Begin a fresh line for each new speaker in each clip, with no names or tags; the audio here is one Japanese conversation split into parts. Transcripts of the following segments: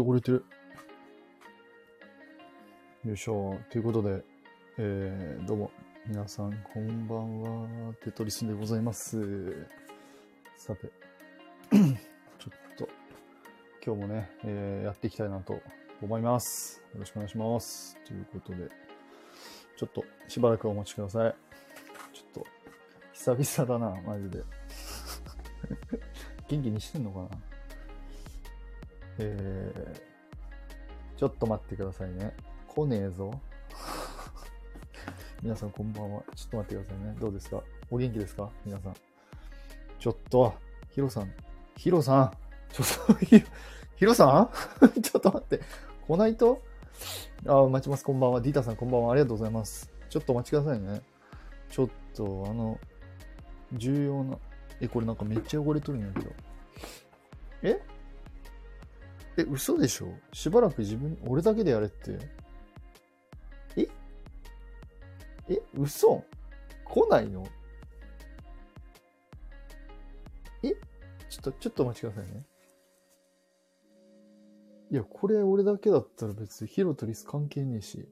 汚れてる。よいしょ。ということで、えー、どうも、皆さん、こんばんは。テトリスでございます。さて、 ちょっと、今日もね、えーやっていきたいなと思います。よろしくお願いします。ということで、ちょっと、しばらくお待ちください。ちょっと、久々だな、マジで。 元気にしてんのかなえー、ちょっと待ってくださいね。来ねえぞ。 皆さんこんばんは。ちょっと待ってくださいね。どうですかお元気ですか皆さん。ちょっと、ヒロさん。ヒロさんちょっと、 ヒロヒロさん ちょっと待って。来ないとあ、待ちます。こんばんは。ディータさんこんばんは。ありがとうございます。ちょっとお待ちくださいね。ちょっと、あの、重要な。え、これなんかめっちゃ汚れとるんやけど。ええ、嘘でしょしばらく自分、俺だけでやれって。ええ、嘘来ないのえちょっと、ちょっとお待ちくださいね。いや、これ俺だけだったら別にヒロトリス関係ねえし。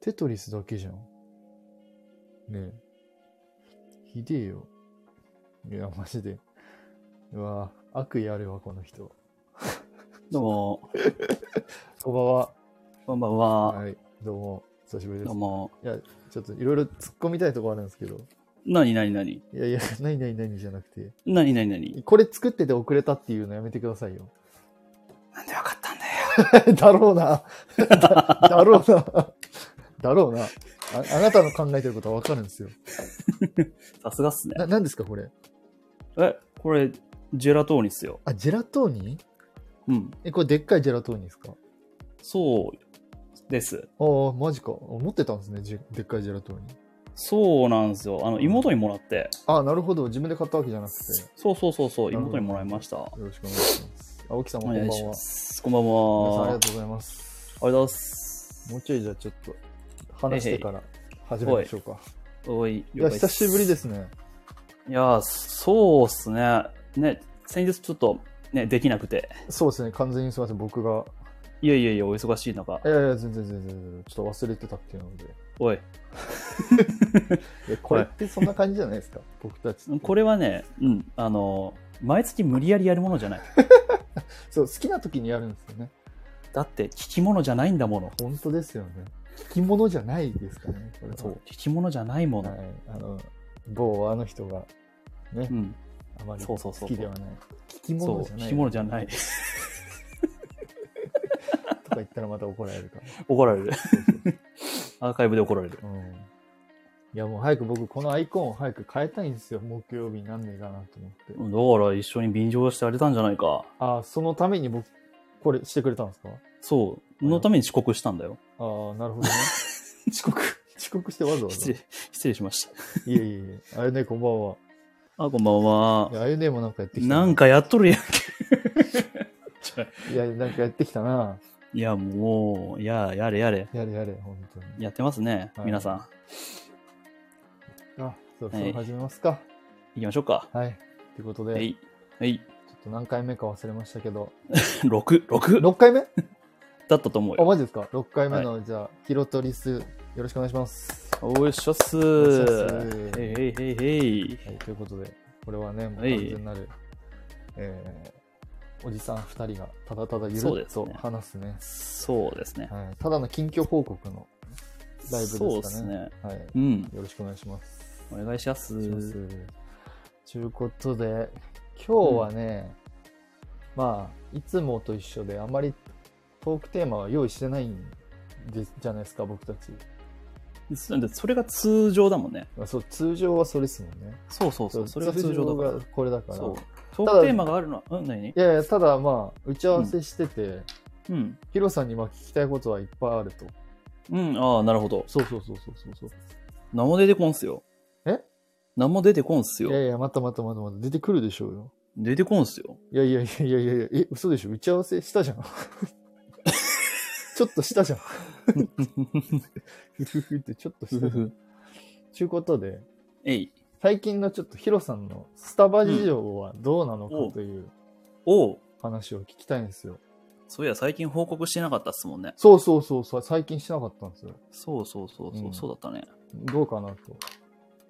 テトリスだけじゃん。ねえ。ひでえよ。いや、マジで。うわ悪意あるわ、この人。
どうも、
こんばんは。
こんばんは。
はい、どうも、久しぶりで
ど
す
う。も。
いや、ちょっといろいろ突っ込みたいところあるんですけど、
なになになに
いやいや、何何何じゃなくて、
なになになに
これ作ってて遅れたっていうのやめてください よ。
なんでわかったんだよ。
だろうな。だだろうな。だろうなあ。あなたの考えてることはわかるんですよ。
さすがっすね。
な、何ですか、これ。
え、これ、ジェラトーニっすよ。
あ、ジェラトーニ
うん。
え、これでっかいジェラトーニですか
そうです。
ああ、マジか。思ってたんですね、じでっかいジェラトーニ。
そうなんですよ。あの、妹にもらって。
ああ、なるほど。自分で買ったわけじゃなくて。
そうそうそうそう。
なるほど
妹にもらいました。お
よろしくお願いします。青木さんもこんば
願
ん
い
は。
し
皆
ま
さ
す。こんばん
んあり
は。
が
ありが
とうございます。
とうございます。
もうちょいじゃあちょっと話してから始めましょうか。
おい、
いや、久しぶりですね。
す。いや、そうっすね。ね、先日ちょっと、ね、できなくて。
そうですね、完全にすみません、僕が。
いやいやいや、お忙しい中
い。やいや、全然全然全然、ちょっと忘れてたっていうので。
おい、
いやこれってそんな感じじゃないですか、僕たち。
これはね、うん、あの、毎月無理やりやるものじゃない。
そう、好きな時にやるんですよね。
だって、聞き物じゃないんだもの。
本当ですよね。聞き物じゃないですかね、これは
そう、。聞き物じゃないも
は
の。
い。あの、某あの人が、ね
う、ん。
あまり
そ
好
うそうそうそ
き
う
ではない。聞き
そう
物じゃ、ない。
聞き物じゃない。
とか言ったらまた怒られるから。
怒られる。アーカイブで怒られる。
うん。いや、もう早く僕、このアイコンを早く変えたいんですよ。木曜日になんねえかなと思って。
だから、一緒に便乗してあげたんじゃないか。
ああ、そのために僕、これしてくれたんですか
そう。のために遅刻したんだよ。
ああ、なるほどね。
遅刻。
遅刻してわざわざ。
失 礼、失礼しました。
いえいえいえ。あゆねこんばんは。。
あ、こんばんはい
やあゆねもなんかやってきた。
なん。かやっとるやんけ。
いや、なんかやってきたな。
いや、もう、いや、やれやれ。
やれやれ、本当に。
やってますね、
はい
皆さ
あ、そうそ
は
う、
い
始めますか。
ん。行きましょうか。
はい。ということで、
は
ち
い。はい。
ょっと何回目か忘れましたけど。
6、6
6回目
だったと思う
あ、
よ。
マジですか ?6 回目の、じゃあ、ヒロトリス、よろしくお願いします。
おいしょっす
おいしょっす
ー。へいへいへいへい。
はい、ということで、これはね、もう
はい
完全なる、えーおじさん2人がただただゆ
そう
る
で
っ
す
と
ね
話すね。
そうですね。
はい、ただの近況報告のライブですかね
そうですね。
はい、
うん。
よろしくお願いします。
お願いします。
しますということで、今日はね、まあ、いつもと一緒で、あまりトークテーマは用意してないんでじゃないですか、僕たち。
そなんでそれが通常だもんね。
まあそう、通常はそれですもんね。
そうそうそう。それが通常だ
通
か。
これだからら。
そう
い。
トークテーマがあるのは、うん、何
やいや、ただまあ、打ち合わせしてて、
うん。
ヒロさんにまあ聞きたいことはいっぱいあると。
うん、ああ、なるほど。
そうそうそうそうそう
何も出てこんすよ。
え
何も出てこんす
いや
よ。
いや、またまたまたまた出てくるでしょうよ。
出てこんすよ。
いやいやいやいやいやいや、え、嘘でしょ打ち合わせしたじゃん。ちょっとしたじゃん。ふふふってちょっとしたじゃん。ちゅうことで、
えい。
最近のちょっとヒロさんのスタバ事情はどうなのかという
おう。
話を聞きたいんですよ。
そういや、最近報告してなかったっすもんね。
そうそうそうそう、最近しなかったんですよ。
そうそうそうそう、
うん
そうだったね。
どうかなと。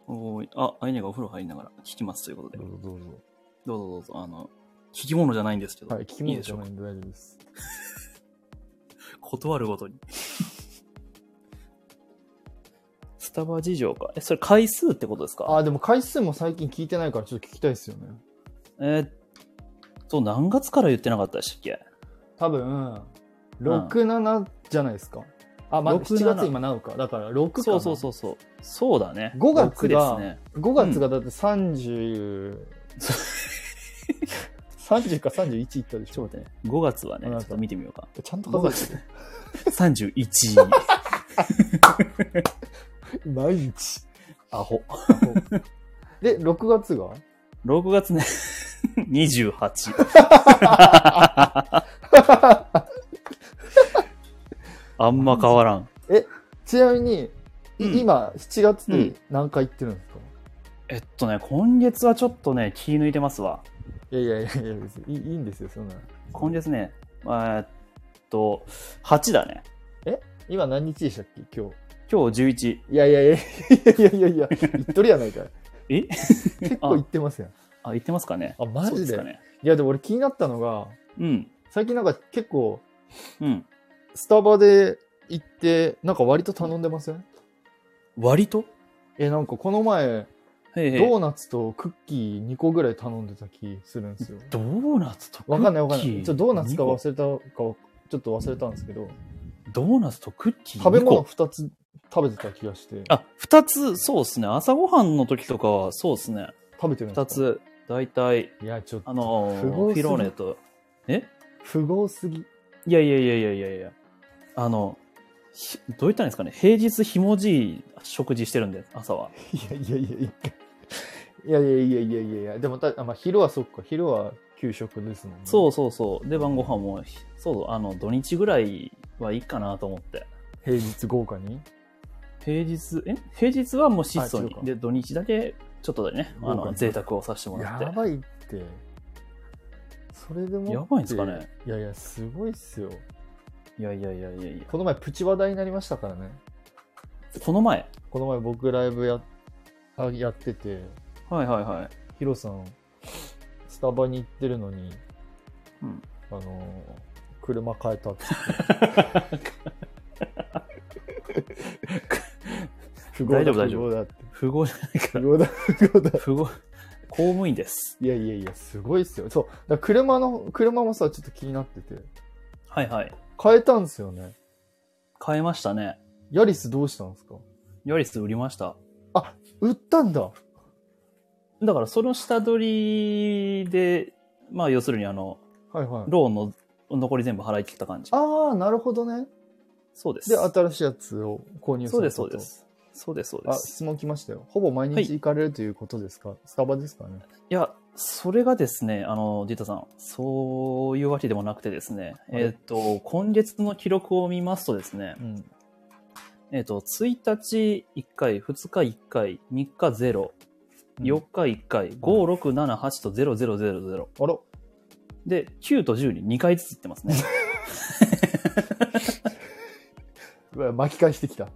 おーい。あ、アイネがお風呂入りながら聞きますということで。
どうぞどうぞ。
どうぞどうぞ、あの、聞き物じゃないんですけど。
はい、聞き
いい
物
でし
じゃ
ょう
な
か
いんで大丈夫です。
断るごとに。 スタバ事情か。え、それ回数ってことですか
あ、でも回数も最近聞いてないからちょっと聞きたいですよね。
えーっと、何月から言ってなかったでしたっけ
多分、6、7じゃないですか。あ、まあ、
6
7月今なうか。だから6かな。
そうそうそうそう。そうだね。
5月が
6ですね。
5月がだって30、30か31いったでし
ちょ
ょ
っと待ってね。5月はね、
あ
ちょ
なん
っ
か
と見てみようか。
ちゃんと数えて
31。
る毎日
アホ。
で6月が
6月ね、28。あんま変わらん。
ちなみに、い
うん
今7月
う
で
ん
何回行ってるんですか、
えっとね、今月はちょっとね、気抜いてますわ。
いやいやいやいや別にいいいいんですよそんなの
今月ね、えーっと、8だね。
今何日でしたっけ今日
今日11。
いやいやいやいやいやいや行っとるやないかい
え
結構行ってますやん
あ、言ってますかね。
あマジで
そうすかね。
いやでも俺気になったのが
うん。
最近なんか結構
うん。
スタバで行ってなんか割と頼んでません
割と
えなんかこの前
へえへえ
ドーナツとクッキー2個ぐらい頼んでた気するんですよ。
ドーナツとクッキー
わかんないわかんない。ちょっとドーナツか
二個
忘れたかはちょっと忘れたんですけど、
ドーナツとクッキー
食べ
二個
物2つ食べてた気がして、
あ、二つ、そうですね。朝ごはんの時とかは、そうですね。
食べてるんですか。
二つ、大体、
いや、ちょっと、
あのー
不合す
フ
ぎ
ィローネと、え
不合すぎ。
いやいやいやいやいやいやあの、ひどういったらいいんですかね。平日ひもじい食事してるんで、朝は。
いやいやいやいや。いやいやいやいやいやいや、でもた、あまあ、昼はそっか、昼は給食ですもんね。
そうそうそう。で、晩ご飯も、ひそう、あの、土日ぐらいはいいかなと思って。
平日豪華に。
平日、え平日はもう質素
あ
に
違う。か
で、土日だけ、ちょっとだけね、あ
豪華
の、
に
贅沢をさせてもらって
や。ばいって。それでもって。
やばいんですかね。
いやいや、すごいっすよ。
いやいやいやいやいや。
この前、プチ話題になりましたからね。
この前。
この前僕ライブやあやってて、
はいはいはい。
ヒロさん、スタバに行ってるのに、
うん
あのー、車変えたって言って。不合
大丈
だ、
夫大丈
不
夫
合だって。
不合じ ゃないか
不
ら。
合だ、不合だ。
不合、公務員です。
いやいやいや、すごいっすよ。そう。だから車の、車もさ、ちょっと気になってて。
はいはい。
変えたんですよね。
変えましたね。
ヤリスどうしたんですか
ヤリス売りました。
売ったんだ。
だからその下取りで、まあ要するにあの、
はいはい。
ローンの残り全部払い切った感じ。
ああ、なるほどね。
そうです。
で、新しいやつを購入さ
そう
れ
で
た
す、そう
と
です。そうです、そうで
あ、
す。
質問来ましたよ。ほぼ毎
はい
日行かれるということですか、スタバですかね。
いや、それがですね、あの、ディータさん、そういうわけでもなくてですね、
はい
えっ、と、今月の記録を見ますとですね
う、ん。
えっ、と、1日1回、2日1回、3日0、4日1回、5、6、7、8と0000。
あら、
で、9と10に2回ずつ行っ てますね。
うわ巻き返してきた。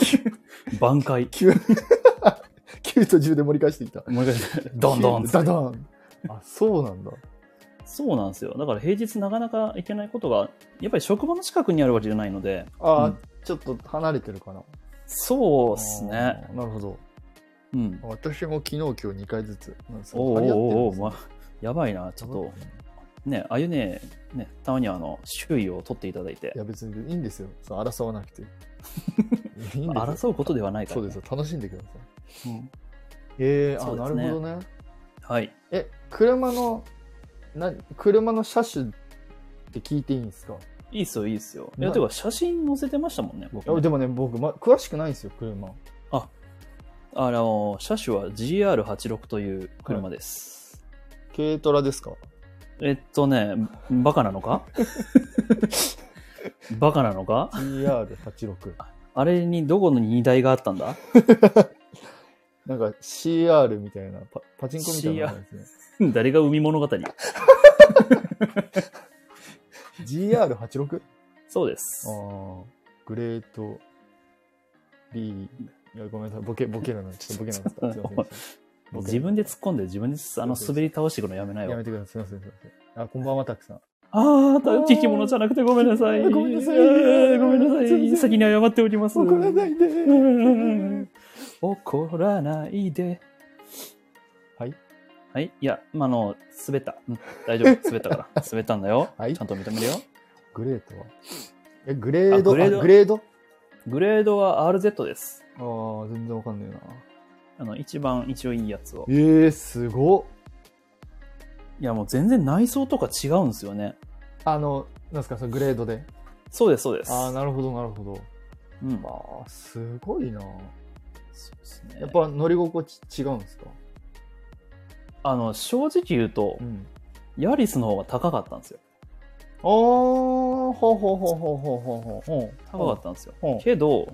挽回。
9 9と10で盛り返してきた。
も う一回、ドンドンっつって
ドンドンあ、そうなんだ。
そうなんですよ。だから平日なかなか行けないことが、やっぱり職場の近くにあるわけじゃないので、
あー、
うん
ちょっと離れてるかな。
そう
そ
っすね。。
なるほど。
うん。
私も昨日今日2回ずつ。うんそ
お
う
うお
張
う
り合ってる
お
ん
う
ですね
ま、やばいな。ちょっと、ね、ああいうね、ね、たまにはあの、周囲を取っていただいて
い、や、別にいいんですよ。そう争わな くて。いいん
まあ
ですよ。
争うことではないか
そ
ら、
う
ね。
ですよ。楽しんでください。
す、ん。
えー、
そ
あ、
うで
な
す
る
ね
ほどね。
はい。
え車のな車の車種って聞いていいんですか
いいっすよ、いいっすよ。い
な
や、てか写真載せてましたもんね、僕
いや
ね、
でもね僕、ま、詳しくないんですよ車
あの、車種は GR86 という車です。
軽トラですか
えっとね、バカな のかバカなのか
?GR86
あれにどこの荷台があったんだ
なんか CR みたいなパパチンコみたいなのがあるんですね
誰が海物語
GR86?
そうで
あ
す。
あ、グレート B。いやごめんなさい、ボケ、ボケるの、ちょっとボケなかった。すいません。ボケ
自分で突っ込んで自分であの
そうそうそう
滑り倒していくのやめない
や
わ
め。てください、すいません、すいません。あ、こんばんは、たくさん。
ああ、聞き物じゃなくてごめんなさい。
ごめんなさい
あーごめんな
す
さ
いませ
い。
ん
先に謝っております。
ごめんなさいね
うん。怒らないで。
はい。
はい。いや、まあ、あの、滑った。うん大丈夫。滑ったから。滑ったんだよ。
はい
ちゃんと認めるよ。
グレートはえ、グレード
あグレード
あグレード
グレードは RZ です。
ああ、全然わかんねえな。
あの、一番一応いいやつを。
ええー、すごっ
いや、もう全然内装とか違うんですよね。
あの、なんすか、そのグレードで。
そうです、そうです。
ああ、なるほど、なるほど。
うん。
まあ、すごいな。
そうですね。
やっぱ乗り心地違うんですか
あの、正直言うと
う、ん。
ヤリスの方が高かったんですよ。
ああ、ほうほうほうほうほうほうほう。
高かったんですよ。
うん
けど、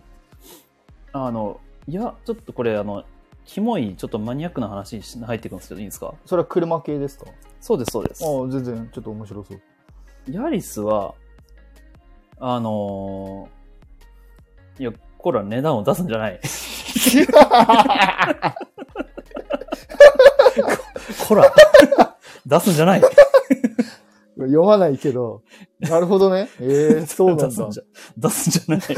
あの、いや、ちょっとこれ、あの、キモい、ちょっとマニアックな話に入っていくんですけど、いいですか
それは車系ですか
そうです、そうです。
ああ、全然、ちょっと面白そう。
ヤリスは、あのーいや、こら、値段を出すんじゃない。こら、 出すんじゃない。
読まないけど、なるほどね。ええ ー、 そうな
出
ん
す
だ
んじ。ゃ出すんじゃない。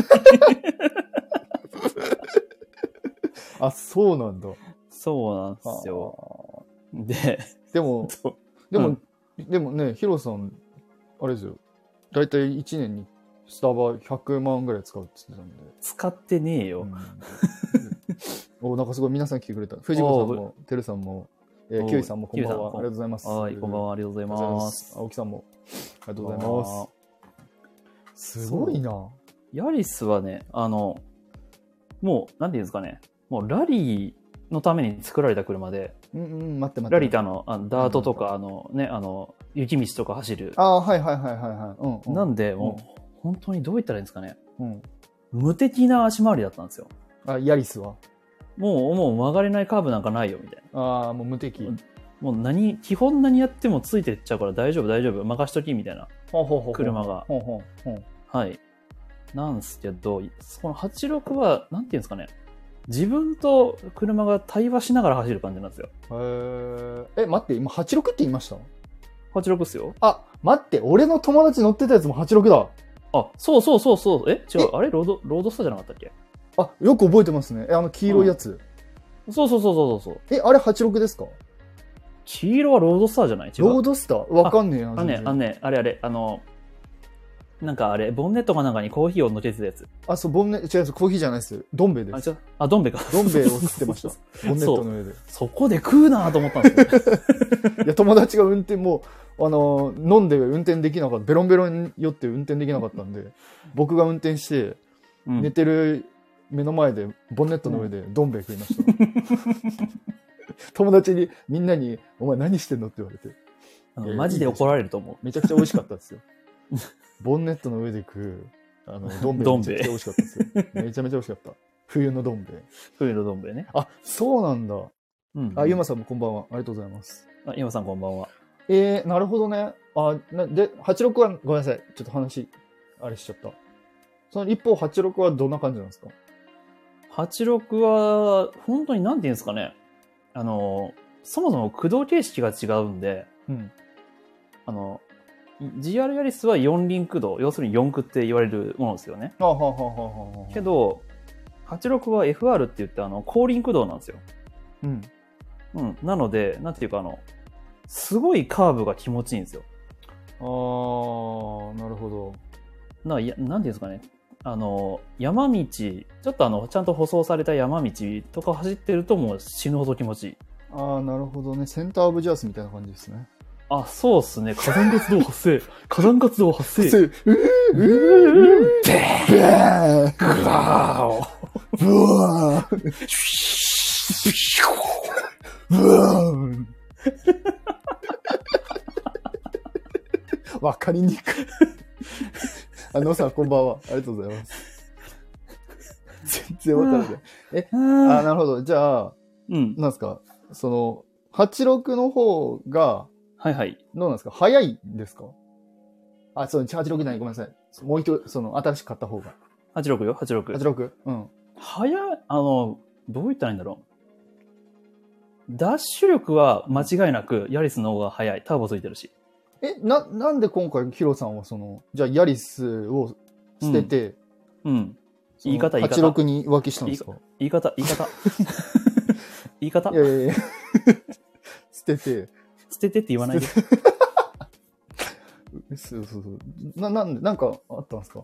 あ、そうなんだ。
そうなんですよ。
よ。
で、
でも、でも、でもね、ヒロさん、あれですよ。だいたい1年にスタバ100万ぐらい使うって言ってたんで。
使ってねえよ。
うん、 お、なんかすごい皆さん来てくれた。藤子さんも、てるさんも、え
お
ー、
う
キウイさんもこんばんは。あ
キウイさん
りがとうございます。
はい、こんばんは、ありがとうござい
ありがとうござい
ま
ますす。。青木さんも、ありがとうございます。
す
すごいな。
ヤリスはね、あの、もう、なんていうんですかね、もうラリーのために作られた車で、
うんうん、待って待って。
ラリーってあの、あのダートとか、あのね、あの、雪道とか走る。
ああ、はいはいはいはいはい。うん、うん。
なんで、もう、本当にどう言ったらいいんですかね、
うん。
無敵な足回りだったんですよ。
あ、ヤリスは。
もう、もう曲がれないカーブなんかないよ、みたいな。
ああ、もう無敵。
もう何、基本何やってもついてっちゃうから大丈夫、大丈夫、任しとき、みたいな。
ほうほうほう。
車が
ほうほうほう。
はい。なんですけど、この86は、なんていうんですかね、自分と車が対話しながら走る感じなんですよ。
へーえ、待って、今86って言いました
86っすよ。
あ、待って、俺の友達乗ってたやつも86だ。
あ、そうそうそうそう。え違
え
う。あれロード、ロードスターじゃなかったっけ
あ、よく覚えてますね。え、あの黄色いやつ。
そうそうそうそうそう。
え、あれ86ですか
黄色はロードスターじゃない違
ロー
う。
ドスターわかんねえな。
あのね、あの
ね。
ね、あれあれ、あの、なんかあれ、ボンネットかなんかにコーヒーを乗せてたやつ。
あ、そう、ボンネ、違います。コーヒーじゃないです。どん兵衛で
あ、
す。
ちょ、あ、どんべか。
どん兵衛を食ってま した。ボンネットの上で。
そこで食うなと思ったんですよ。
いや、友達が運転もう、あのー、飲んで運転できなかった。ベロンベロンに酔って運転できなかったん で、僕が運転して、
うん
寝てる目の前で、ボンネットの上で、どん兵衛食いました。 友達に、みんなに、お前何してんのって言われて。
あのマジで怒られると思
めちゃくちゃ美味しかったですよ。ボンネットの上で食う、あの、どん兵衛
どん
めちゃく
兵衛
ちゃ美味しかったですよ。めちゃめちゃ美味しかった。冬のどん兵衛。
う。冬のどんべね。
あ、そうなんだ。
うん。
あ、ゆまさんもこんばんは。ありがとうございます。
あゆまさんこんばんは。
えー、なるほどね。あ、なで、86は、ごめんなさい。ちょっと話、あれしちゃった。その一方、86はどんな感じなんですか
86は、本当になんていうんですかね。あの、そもそも駆動形式が違うんで、
うん。
あの、GR ヤリスは四輪駆動、要するに四駆って言われるものですよね。
あはあはあはあはあはあ。
けど、86は FR って言って、あの、後輪駆動なんですよ。
うん。
うん。なので、なんていうか、あの、すごいカーブが気持ちいいんですよ。
あー、なるほど。
な、いやなんていうんですかね。あの、山道、ちょっとあの、ちゃんと舗装された山道とか走ってるともう死ぬほど気持ちいい。
あー、なるほどね。センターオブジャースみたいな感じですね。
あ、そうっすね。火山活動発 生。火山活動発生。
うーうーうーブーン
うわーお
ブワーンブワーンわかりにくい。あのさん、こんばんは。ありがとうございます。全然わかんない。あ、なるほど。じゃあ、
うん。
なんですか、その、86の方が、
はいはい。
どうなんですか早いんですかあ、そう、86じゃない、ごめんなさい。もう一人、その、新しく買った方が。
86よ、86。
86? うん。
早い、あの、どう言ったらいいんだろう。ダッシュ力は間違いなく、ヤリスの方が早い。ターボついてるし。
え、な、なんで今回ヒロさんはその、じゃあヤリスを捨てて、
うん。
その
言い方言い方
86に浮気したんですか
言い方、言い 方。言い方
いやいやい や。捨てて。
捨ててって言わないで。
そうそうそう。な、なんで、なんかあったんですか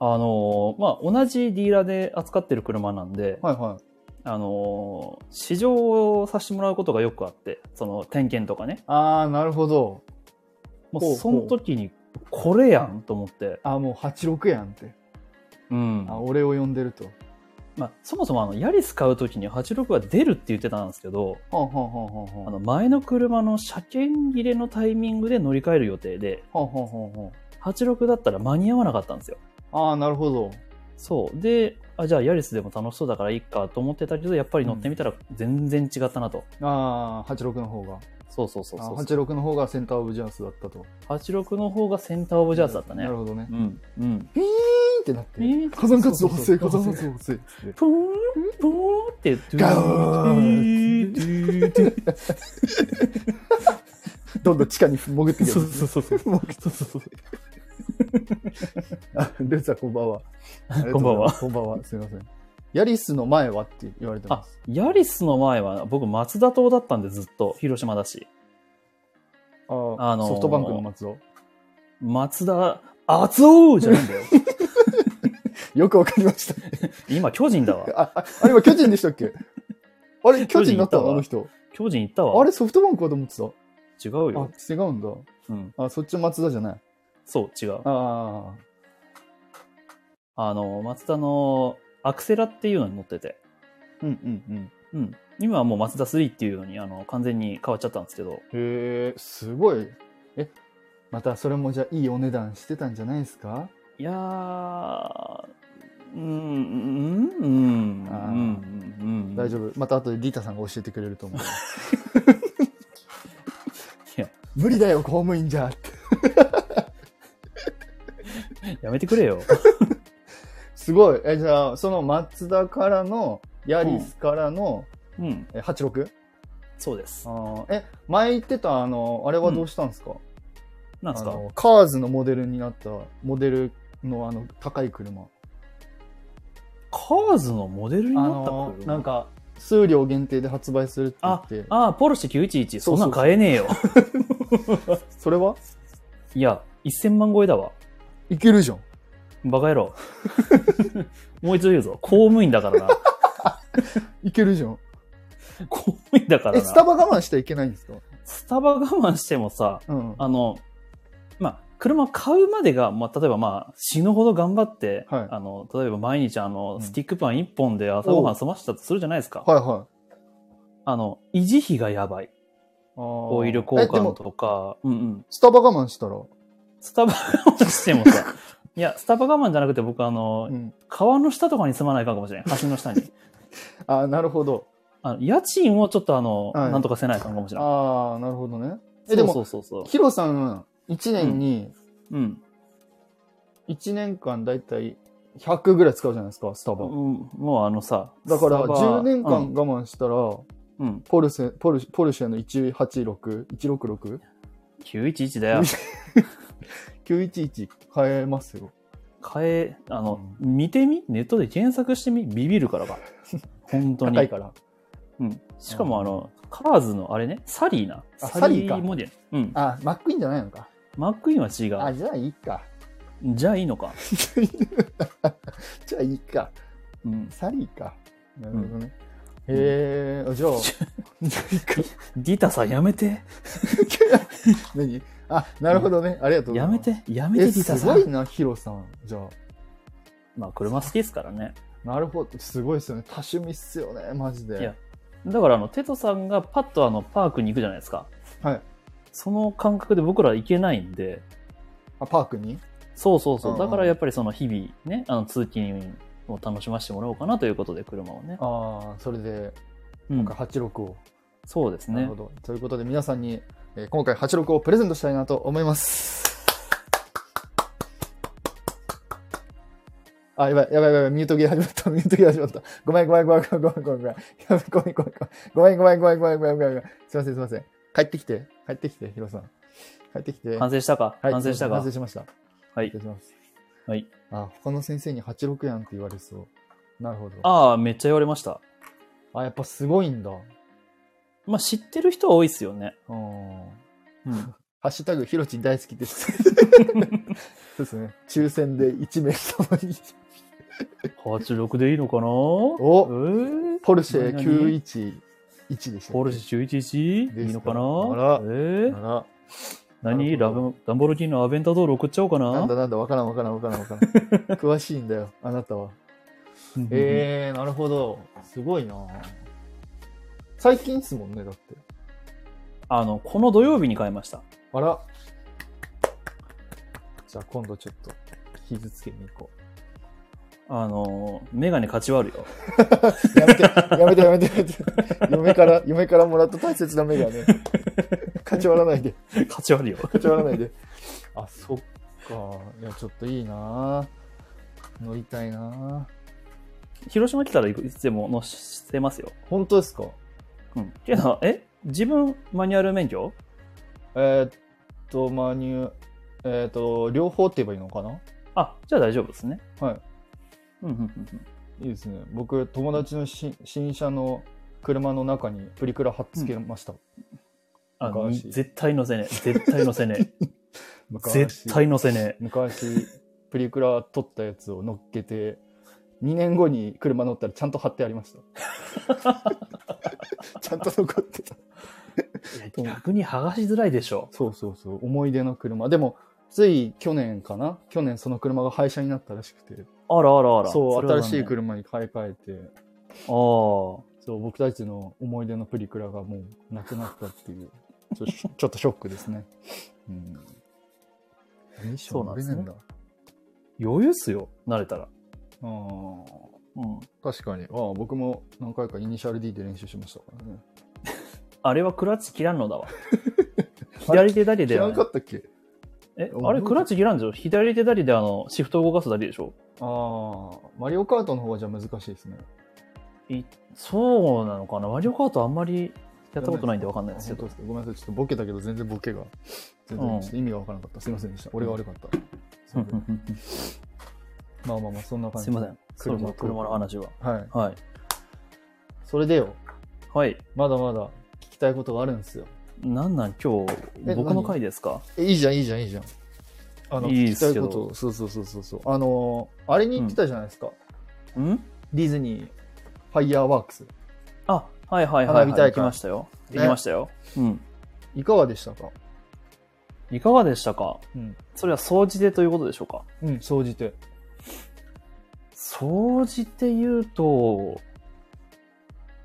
あのーまあ、同じディーラーで扱ってる車なんで、
はいはい。
あのー試乗をさせてもらうことがよくあって、その点検とかね。
あー、なるほど。ほう
も
ほ
う
う
その時に、これやんと思って。
あー、もう86やんって。
うん。
あ、俺を呼んでると。は
まあ、そもそもあの、ヤリス買う時に86が出るって言ってたんですけど、
あ、はあはあはあ
あ
は
の、前の車の車検切れのタイミングで乗り換える予定で、
あ。はあはあは
86だったら間に合わなかったんですよ。
あはあ。あー、なるほど。
そう。で、あ、じゃあヤリスでも楽しそうだからいいかと思ってたけど、やっぱり乗ってみたら全然違ったなと。
あー、86の方が。
そうそうそう
あ
そう。
86の方がセンターオブジャースだったと。
86の方がセンターオブジャーズだったね
なる。ほどね
う。ん。うん。
ピーンってなって
ピーン。
火山活動発生、火
そうそう
山活動
そう
発生っつって。
プーン、プーンって、
ガオーン
ドゥードゥードゥードゥ
どんどん地下に潜って
ー
いく
そ
や
う
つ。
そうそうそう。そうそうそう。
あ ルーさん、こんばんは。
こんばんは
ありがとうございます。こんばんは。すいません。ヤリスの前はって言われてま
あ
す。、
ヤリスの前は僕、松田党だったんでずっと、広島だし。
あ
あのー
ソフトバンクの松尾。
松田、熱おじゃない んだよ。
よくわかりました。
今、巨人だわ。
あ、ああれは巨人でしたっけあれ、 巨人になった
巨人いたわ
のあの人。
巨人行ったわ。
あれ、ソフトバンクかと思ってた。
違うよ。
あ、違うんだ。
うん。
あ、そっち松田じゃない。
そう、違う。
あ
あの、松田のアクセラっていうのに乗ってて。
あ。うんうん
うん。今はもう松田3っていうのに、あの、完全に変わっちゃったんですけど。
うん。へえ、すごい。え、またそれもじゃあいいお値段してたんじゃないですか
いやー、うん、うん、うん、うん、うん。
大
夫。
丈夫。また後でリータさんが教えてくれると思 う。
いや、
無理だよ、公務員じゃって。
やめてくれよ。
すごい。え、じゃあ、その松田からの、ヤリスからの、
うん、
え 86?
そうです
あ。ーえ、前言ってた、あの、あれはどうしたんですか、
なんです
あ
か
のカーズのモデルになったモデルのあの高い車
カーズのモデルに
あ
なった
の
車
なんか数量限定で発売するって言って
あー、ポルシェ911。
そ
そ
うんそうそう
なん買えねえよ。
それはい
や、1000万超えだわ。
いけるじゃん
バカ野郎。 もう一度言うぞ。公務員だ からな。
いけるじゃん
公務員だから
え
な。
スタバ我慢しちゃいけないんですか
スタバ我慢してもさ、
うんは
あの、まあ、車を買うまでが、まあ、例えばまあ、死ぬほど頑張って、
はい
あの、例えば毎日あの
う、ん
スティックパン1本で朝ごはん済ましたとするじゃないですか。
いは
あの、維持費がやばい。
いオ
オイル交
で
換
も
とか、うんうん。
スタバ我慢したら、
スタバ我慢してもさ、いや、スタバ我慢じゃなくて僕あの、
うん、
川の下とかに住まないかんかもしれない。橋の下に。
ああなるほど
あの家賃をちょっとあの、
はい
なんとかせないかんかもしれない。
ああなるほどねえでも
そうそうそうそ
ヒロさん1年に
う。うん。
1年間だいたい100ぐらい使うじゃないですかスタ
う
バ、
んもうあのさ、
だから
スタバ
10年間
う
我
ん
慢したら、
うん。
ポルシェ、ポルシェ、ポルシェの 186?166?911
911だよ。
買えますよ。
買え、あの、見てみネットで検索してみビビるからか。本当に。
高いから。
うん。しかもあの、カーズのあれね、サリーな。
あサリーか
モデル。うん。
あ、マックイーンじゃないのか。
マックイーンは違
あ、
う。
じゃあいいか。
じゃあいいのか。
じゃあいいか。
うん。
サリーか。なるほどね。へえー、じゃあ、じゃあいいか。
ディタさんやめて。
何あ、なるほどね。ありがとうござ
や
います。
め。て。やめて、
え、
ディタ
す
さ
ごい
ん。
な、ヒロさん。じゃあ。
まあ、車好きですからね。
なるほど。すごいですよね。多趣味っすよね、マジで。
いやだから、あの、テトさんがパッとあの、パークに行くじゃないですか。
はい。
その感覚で僕ら行けないんで。
あ、パークに
そうそうそ
うん
う。
うん
だからやっぱりその日々ね、あの、通勤を楽しませてもらおうかなということで、車をね。
ああ、それで、
うん
今回86を。
そうです
なる
ね
ほ。ど。ということで皆さんに、えー今回86をプレゼントしたいなと思います。あ、やばい、やばい、やばい、ミュートゲー始まった、ミュートゲー始まった。ごめん、ごめん、ごめん、ごめん、ごめん、ごめん、やばい、ごめん、ごめん、ごめん、ごめん、ごめん、ごめん、ごめん、ごめん、ごめん、ごめん、すいません、すいません。帰ってきて、帰ってきて、ヒロさん。帰ってきて。
反省したか、
はい
反省したか
反省しました。
は
失
い。
礼します。
はい。
あ、他の先生に86やんって言われそう。なるほど。あ、
ああ、めっちゃ言われました。
やっぱすごいんだ。
まあ、知ってる人は多いですよね。
うん。
うん。
ハッシュタグ、ヒロチン大好き です。そうですね。抽選で1名様に。
86でいいのかな
お
ええ
ポルシェ
何
911でしたっけ。
ポルシェ 911? いいのかな
あら
ええ
あら
何
な
ラ
るほ
ブダンボルギーニのアベンタドール送っちゃおうかな
なんだなんだ、わからんわからんわからんわからん。 詳しいんだよ、あなたは。
うんうんうん
えー、なるほど。すごいな最近っすもんね、だって。
あの、この土曜日に買いました。
あら。じゃあ今度ちょっと、傷つけに行こ
あの、メガネ価値悪いよ。
う。や めて、やめて、やめて、やめて。嫁から、嫁からもらった大切な目がね。勝ち割らないで。
価値悪いよ。
勝ち割らないで。あ、そっか。いや、ちょっといいな乗りたいな
広島来たらいくいつでも乗せますよ。
本当ですか
うん。けど、え自分マニュアル免許
えーっと、マニュえーっと、両方って言えばいいのかな
あ、じゃあ大丈夫ですね。
はい。
うんうんうんうん。
いいですね。僕、友達のし新車の車の中にプリクラ貼っつけました。
あの、
昔
絶対乗せねえ。 絶対乗せねえ。
昔
絶対乗せねえ。
昔、プリクラ撮ったやつを乗っけて、2年後に車乗ったらちゃんと貼ってありま した。ちゃんと残ってた。
いや逆に剥がしづらいでしょ。
そうそうそう。思い出の車。でも、つい去年かな去年その車が廃車になったらしくて。
あらあらあら。
そう、
れ
新
は残
しい
念。
車に買い替えて。
ああ。
そう、僕たちの思い出のプリクラがもうなくなったっていう、 ちょちょっとショックですね。うん。
そうなんですね
乗れえんだ。
余裕っすよ。慣れたら。
あー
うん。
確かに。ああ、僕も何回かイニシャル D で練習しましたからね。
あれはクラッチ切らんの だわ。左手だけ
知
で
ら
はね、
んかったっけ
え、あれクラッチ切らんじゃん。左手だけであの、シフトを動かすだけでしょ。
ああ、マリオカートの方がじゃあ難しいですね。
いそうなのかなマリオカートあんまりやったことないんでわかんないですけ
本当
ど
で。すかごめんなさい、ちょっとボケたけど全然ボケが、全
うん
然ちょっと意味がわからなかった。すいませんでした。俺が悪かった。すいませんまあまあまあ、そんな感じ。
すいません。それも車の
話。
話は。
はい。
はい。
それでよ、
はい。
まだまだ聞きたいことがあるんですよ。
なんなん今日、
え
僕の
何
回ですか
えいいじゃん、いいじゃん、いいじゃん。あの、
いいっ
聞きた
す
い
けど
こと、そうそうそうそうそう。あのー、あれに行ってたじゃないですか。
ん
ディズニー、ファイヤーワークス。
あ、はいはいはい、はい。
花火大会
行きましたよ。
ね
行きましたよ。うん。
いかがでしたか
いかがでしたか
うん。
それは総じてということでしょうか
うん、総じて。
総じて言うと、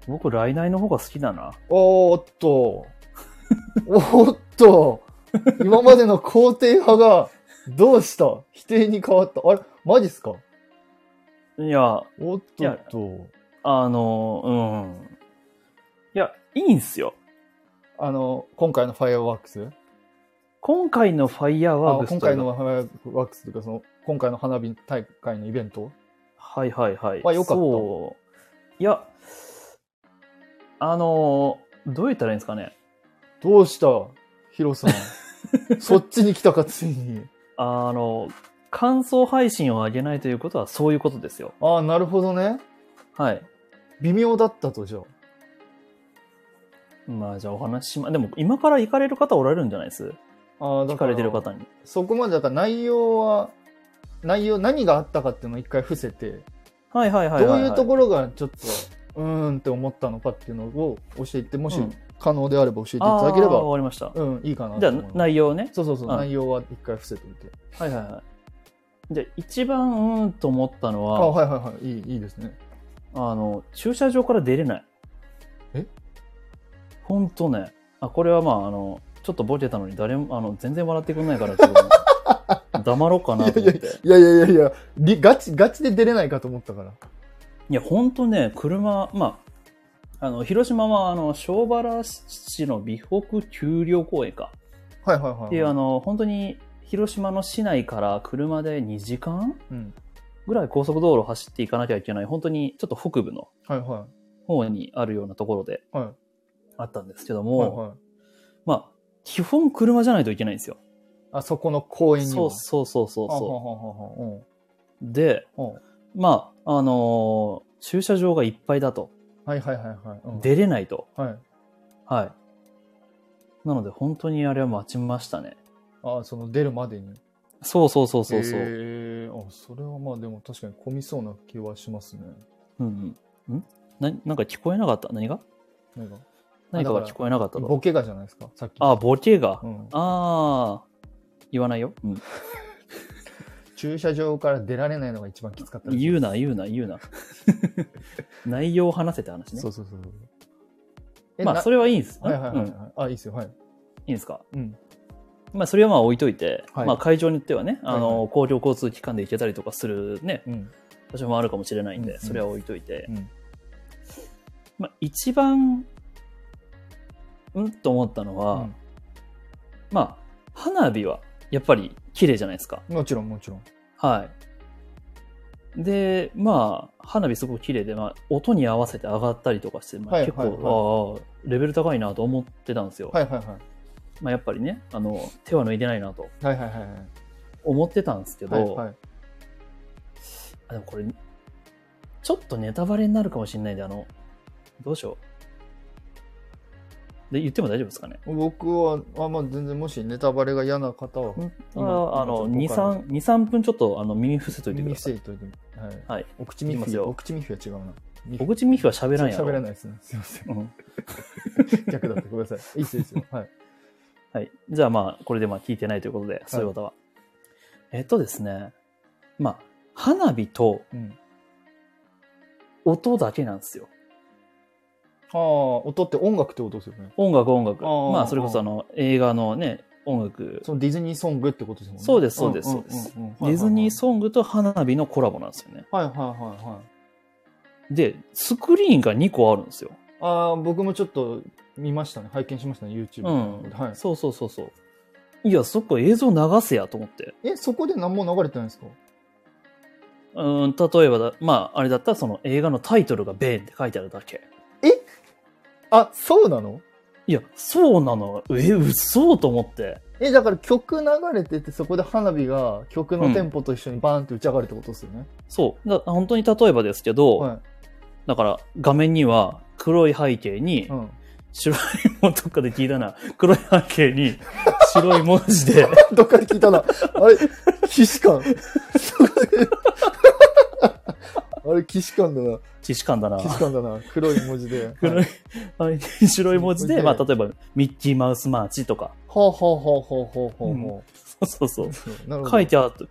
僕、来内の方が好きだな。
おーっと。おーっと。今までの肯定派が、どうした否定に変わった。あれマジっすか
いや、
おっとっと。
あの、うん。いや、いいんすよ。
あの、今回のファイヤーワークス
今回のファイヤーワ
あ
ークスとい
今
う
回
か
のファイヤーワークスというか、その、今回の花火大会のイベント
はいはいはい。
あよかった
そういや、あのーどう言ったらいいんですかね。
どうしたヒロさん。 そっちに来たか、ついに。
あの、感想配信を上げないということはそういうことですよ。
ああ、なるほどね。
はい。
微妙だったと、じゃあ。
まあじゃあお話ししま、でも今から行かれる方おられるんじゃないです
ああ、
聞
だ
かられてる方に。
そこまで、だから内容は、内容、何があったかっていうのを一回伏せて、
はいはいはい
ど
は
う
い
い
は
うところがちょっと、うーんって思ったのかっていうのを教えて、もし
うん
可能であれば教えてい
あ
た
あ
だければ、
わかりました。
うん、いいかな
じ
と
ゃあ
思います
内容ね。
そうそうそう、
うん
内容は一回伏せておいて。
はいはいはい。で、一番うーんと思ったの
あ
は、
はいはいはい、いい、いいですね。
あの、駐車場から出れない。
え
ほんとね。あ、これはまあ、あの、ちょっとボケたのに誰も、あの、全然笑ってくんないから、ちょっ と黙ろうかなと思って。いや
いやいやいやいや、りガチ、ガチで出れないかと思ったから。
ほんとね、車、まあ、あの、広島は、あの、小原市の美北丘陵公園か。
はいはいはいはい。
っていう、あの、本当に、広島の市内から車で2時間
うん。
ぐらい高速道路を走っていかなきゃいけない、本当にちょっと北部の
はいは
方にあるようなところで
い。は
あったんですけど
い。
も、
はいはい。
まあ、基本車じゃないといけないんですよ。
あそこの公園に
そう
も。
そうそうそう
あは
そ
ははは
う。で、
うん。うん。
まあ、あのー駐車場がいっぱいだと。
はいはいはいはい。うん、
出れないと。
はい。
はい。なので、本当にあれは待ちましたね。
あその出るまでに。
そうそうそうそうそう。
へーあ、それはまあでも確かに混みそうな気はしますね。
うんうん。んななんか聞こえなかった何が
なんか、
何か
だ
が
から
聞こえなかったと。
ボケがじゃないですか、さっき。
あ、ボケが。
うん、
ああ、言わないよ。うん
駐車場から出られないのが一番きつかったです
言うな、言うな、 言うな。内容を話せって話ね
そ。うそうそうそう。
まあ、そ
れ
れはいいんです。
はいはいはい、
う
は
ん
い
い
あ、いいですよ、はい。
いんですか。
うん。
まあ、それはまあ置いといて、
はい
まあ、会場によってはね、あの、
はいは
公共交通機関で行けたりとかするね、
うん。
場所もあるかもしれないんで、
うんうん
それは置いといて、
うん。
まあ、一番、うんと思ったのは、まあ、花火はやっぱり綺麗じゃないですか。
うんもちろん、もちろん。
はい。で、まあ、花火すごく綺麗で、まあ、音に合わせて上がったりとかして、まあ、
はい
結構、
はい
ああ、レベル高いなと思ってたんですよ。
はいはいはい。
まあ、やっぱりね、あの、手は抜いてないなと
はいはいはいはい。
思ってたんですけど、
はいはい。
あでもこれ、ちょっとネタバレになるかもしれないんで、あの、どうしよう。で、言っても大丈夫ですかね。
僕は、あまあ、全然、もしネタバレが嫌な方は、今
ああの、2、
今ちょっと
3、2、3分ちょっと、あの、耳伏せといてく
耳
だ
せ
さい。
いといて、はい。
はい。
お口ミッフィ
いきます
ー、
よ
お口ミッフィーは違うな。ミ
小
フ
口ミヒは喋らんやろ。
喋らないですね。すいません。
うん
逆だった。ごめんなさい。いいですよ、いいですよ。はい。
はい。じゃあまあ、これでまあ聞いてないということで、そういう方は。えっとですね、まあ、花火と
うん。
音だけなんですよ。
ああ、音って音楽ってことですよね。
音楽、音楽。
あー
まあ、それこそあの、映画のね、音楽。
そのディズニーソングってことですもんね。
そうですそうです
んんんん
そうです
はいはい
デ
はい
ィズニーソングと花火のコラボなんですよね。
はいはいはいはい。
で、スクリーンが2個あるんですよ。
ああ、僕もちょっと見ましたね。拝見しましたね、YouTube
う
の
ん。
はい。
そうそうそうそう。いや、そこ映像流せやと思って。
え、そこで何も流れてないんですか
うーん、例えばだ、まあ、あれだったらその映画のタイトルがベーンって書いてあるだけ。
あ、そうなの
いや、そうなの。え、嘘と思って。
え、だから曲流れてて、そこで花火が曲のテンポと一緒にバーンって打ち上がるってことですよね。
そう。だ本当に例えばですけど、
は
だから画面には黒い背景に
い。う、ん。
白いもんどっかで聞いたな、黒い背景に白い文字 で、
どっかで聞いたな。あれ、騎士官。そこで あれ、騎士官だな。
既視感だな。
騎士官だな。黒い文字で。
黒
はい
い、はい白い文字で、
で
まあ、例えば、ミッキーマウスマーチとか、
ほうほうほうほうほうほうほ。
そうそうそう
なる
う、
ほど
書いてあって、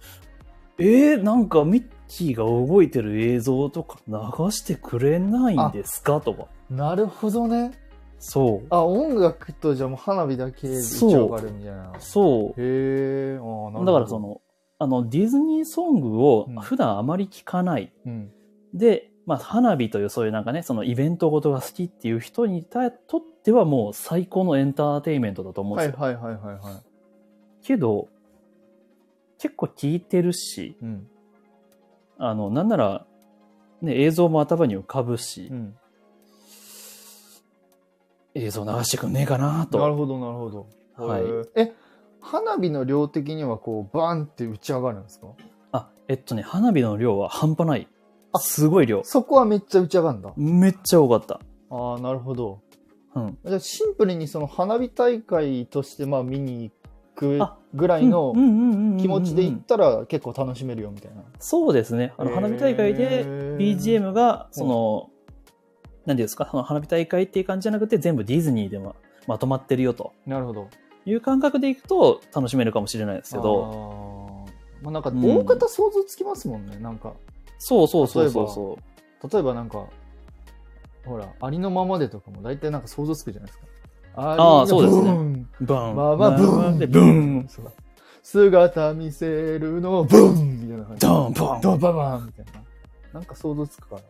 えー、なんかミッキーが動いてる映像とか流してくれないんですかとか。
なるほどね。
そう。
あ、音楽とじゃあもう花火だけで打ち上がるみたいな。
そう。
へえ、あーなるほど。
だからそ、の、あの、ディズニーソングを
うん
普段あまり聞かない。
うん。
で、まあ、花火というそういうなんかね、そのイベントごとが好きっていう人にたとってはもう最高のエンターテインメントだと思うん
は
です
い
よ。
はいはいはいは
けど、結構聞いてるし、
い。うん。
あの、なんなら、ね、映像も頭に浮かぶし、
うん。
映像流してくんねえかな
なる
と。
ほどなるほど。
はい
へーえ、花火の量的にはこう、バーンって打ち上がるんですか
あ、えっとね、花火の量は半端ない。
あ
すごい量。
そこはめっちゃ打ち上がるんだ。
めっちゃ多かった。
ああ、なるほど。
うん。
じゃあシンプルにその花火大会としてまあ見に行
あ
くぐらいの
うんうんうんうんうん
気持ちで行ったら結構楽しめるよみたいな。
そうですね。あの、花火大会で、
へー
BGM が、その、何ていうんですか、その花火大会っていう感じじゃなくて、全部ディズニーでままとまってるよと
なるほど。
いう感覚でいくと楽しめるかもしれないですけど、
あー。まあ、なんか大方想像つきますもんね、なんか
そうそうそうそうそ
例えばなんかほらありのままでとかも大体なんか想像つくじゃないですか
あーそうですね
ね
う。バン。
まあまあブーン
で、ブーン。
そう姿見せるのブンみたいな感じ
ドン、バン。
ドンバンバンみたいななんか想像つくから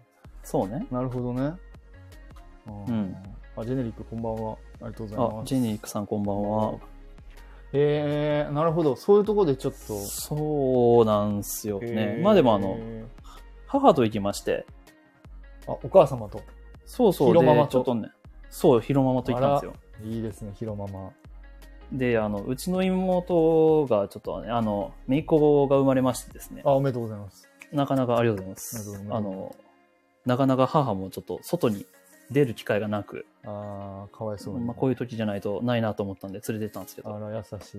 そうね。
なるほどねあー
うん
あジェネリックこんばんはありがとうござい
あ
ま、す
ジェニークさんこんばんは。
へえなるほどそういうところでちょっと
そうなんすよね。まあでもあの、、
へ
母と行きまして、
あ、お母様と。
そうそう、
広ママ
で、
と
ちょっとね、そう、広ママと行ったんですよ。
いいですね、ひろママ。
で、あの、うちの妹がちょっとね、あの、姪っ子が生まれましてですね
あ、、おめでとうございます。
なかなかありがとうござい
な
ま
るほど。
す
ね
あの、なかなか母もちょっと外に出る機会がなく、
あー、かわいそうに。
まあ、こういう時じゃないとないなと思ったんで連れてったんですけ
あ
ど、
ら、優しい。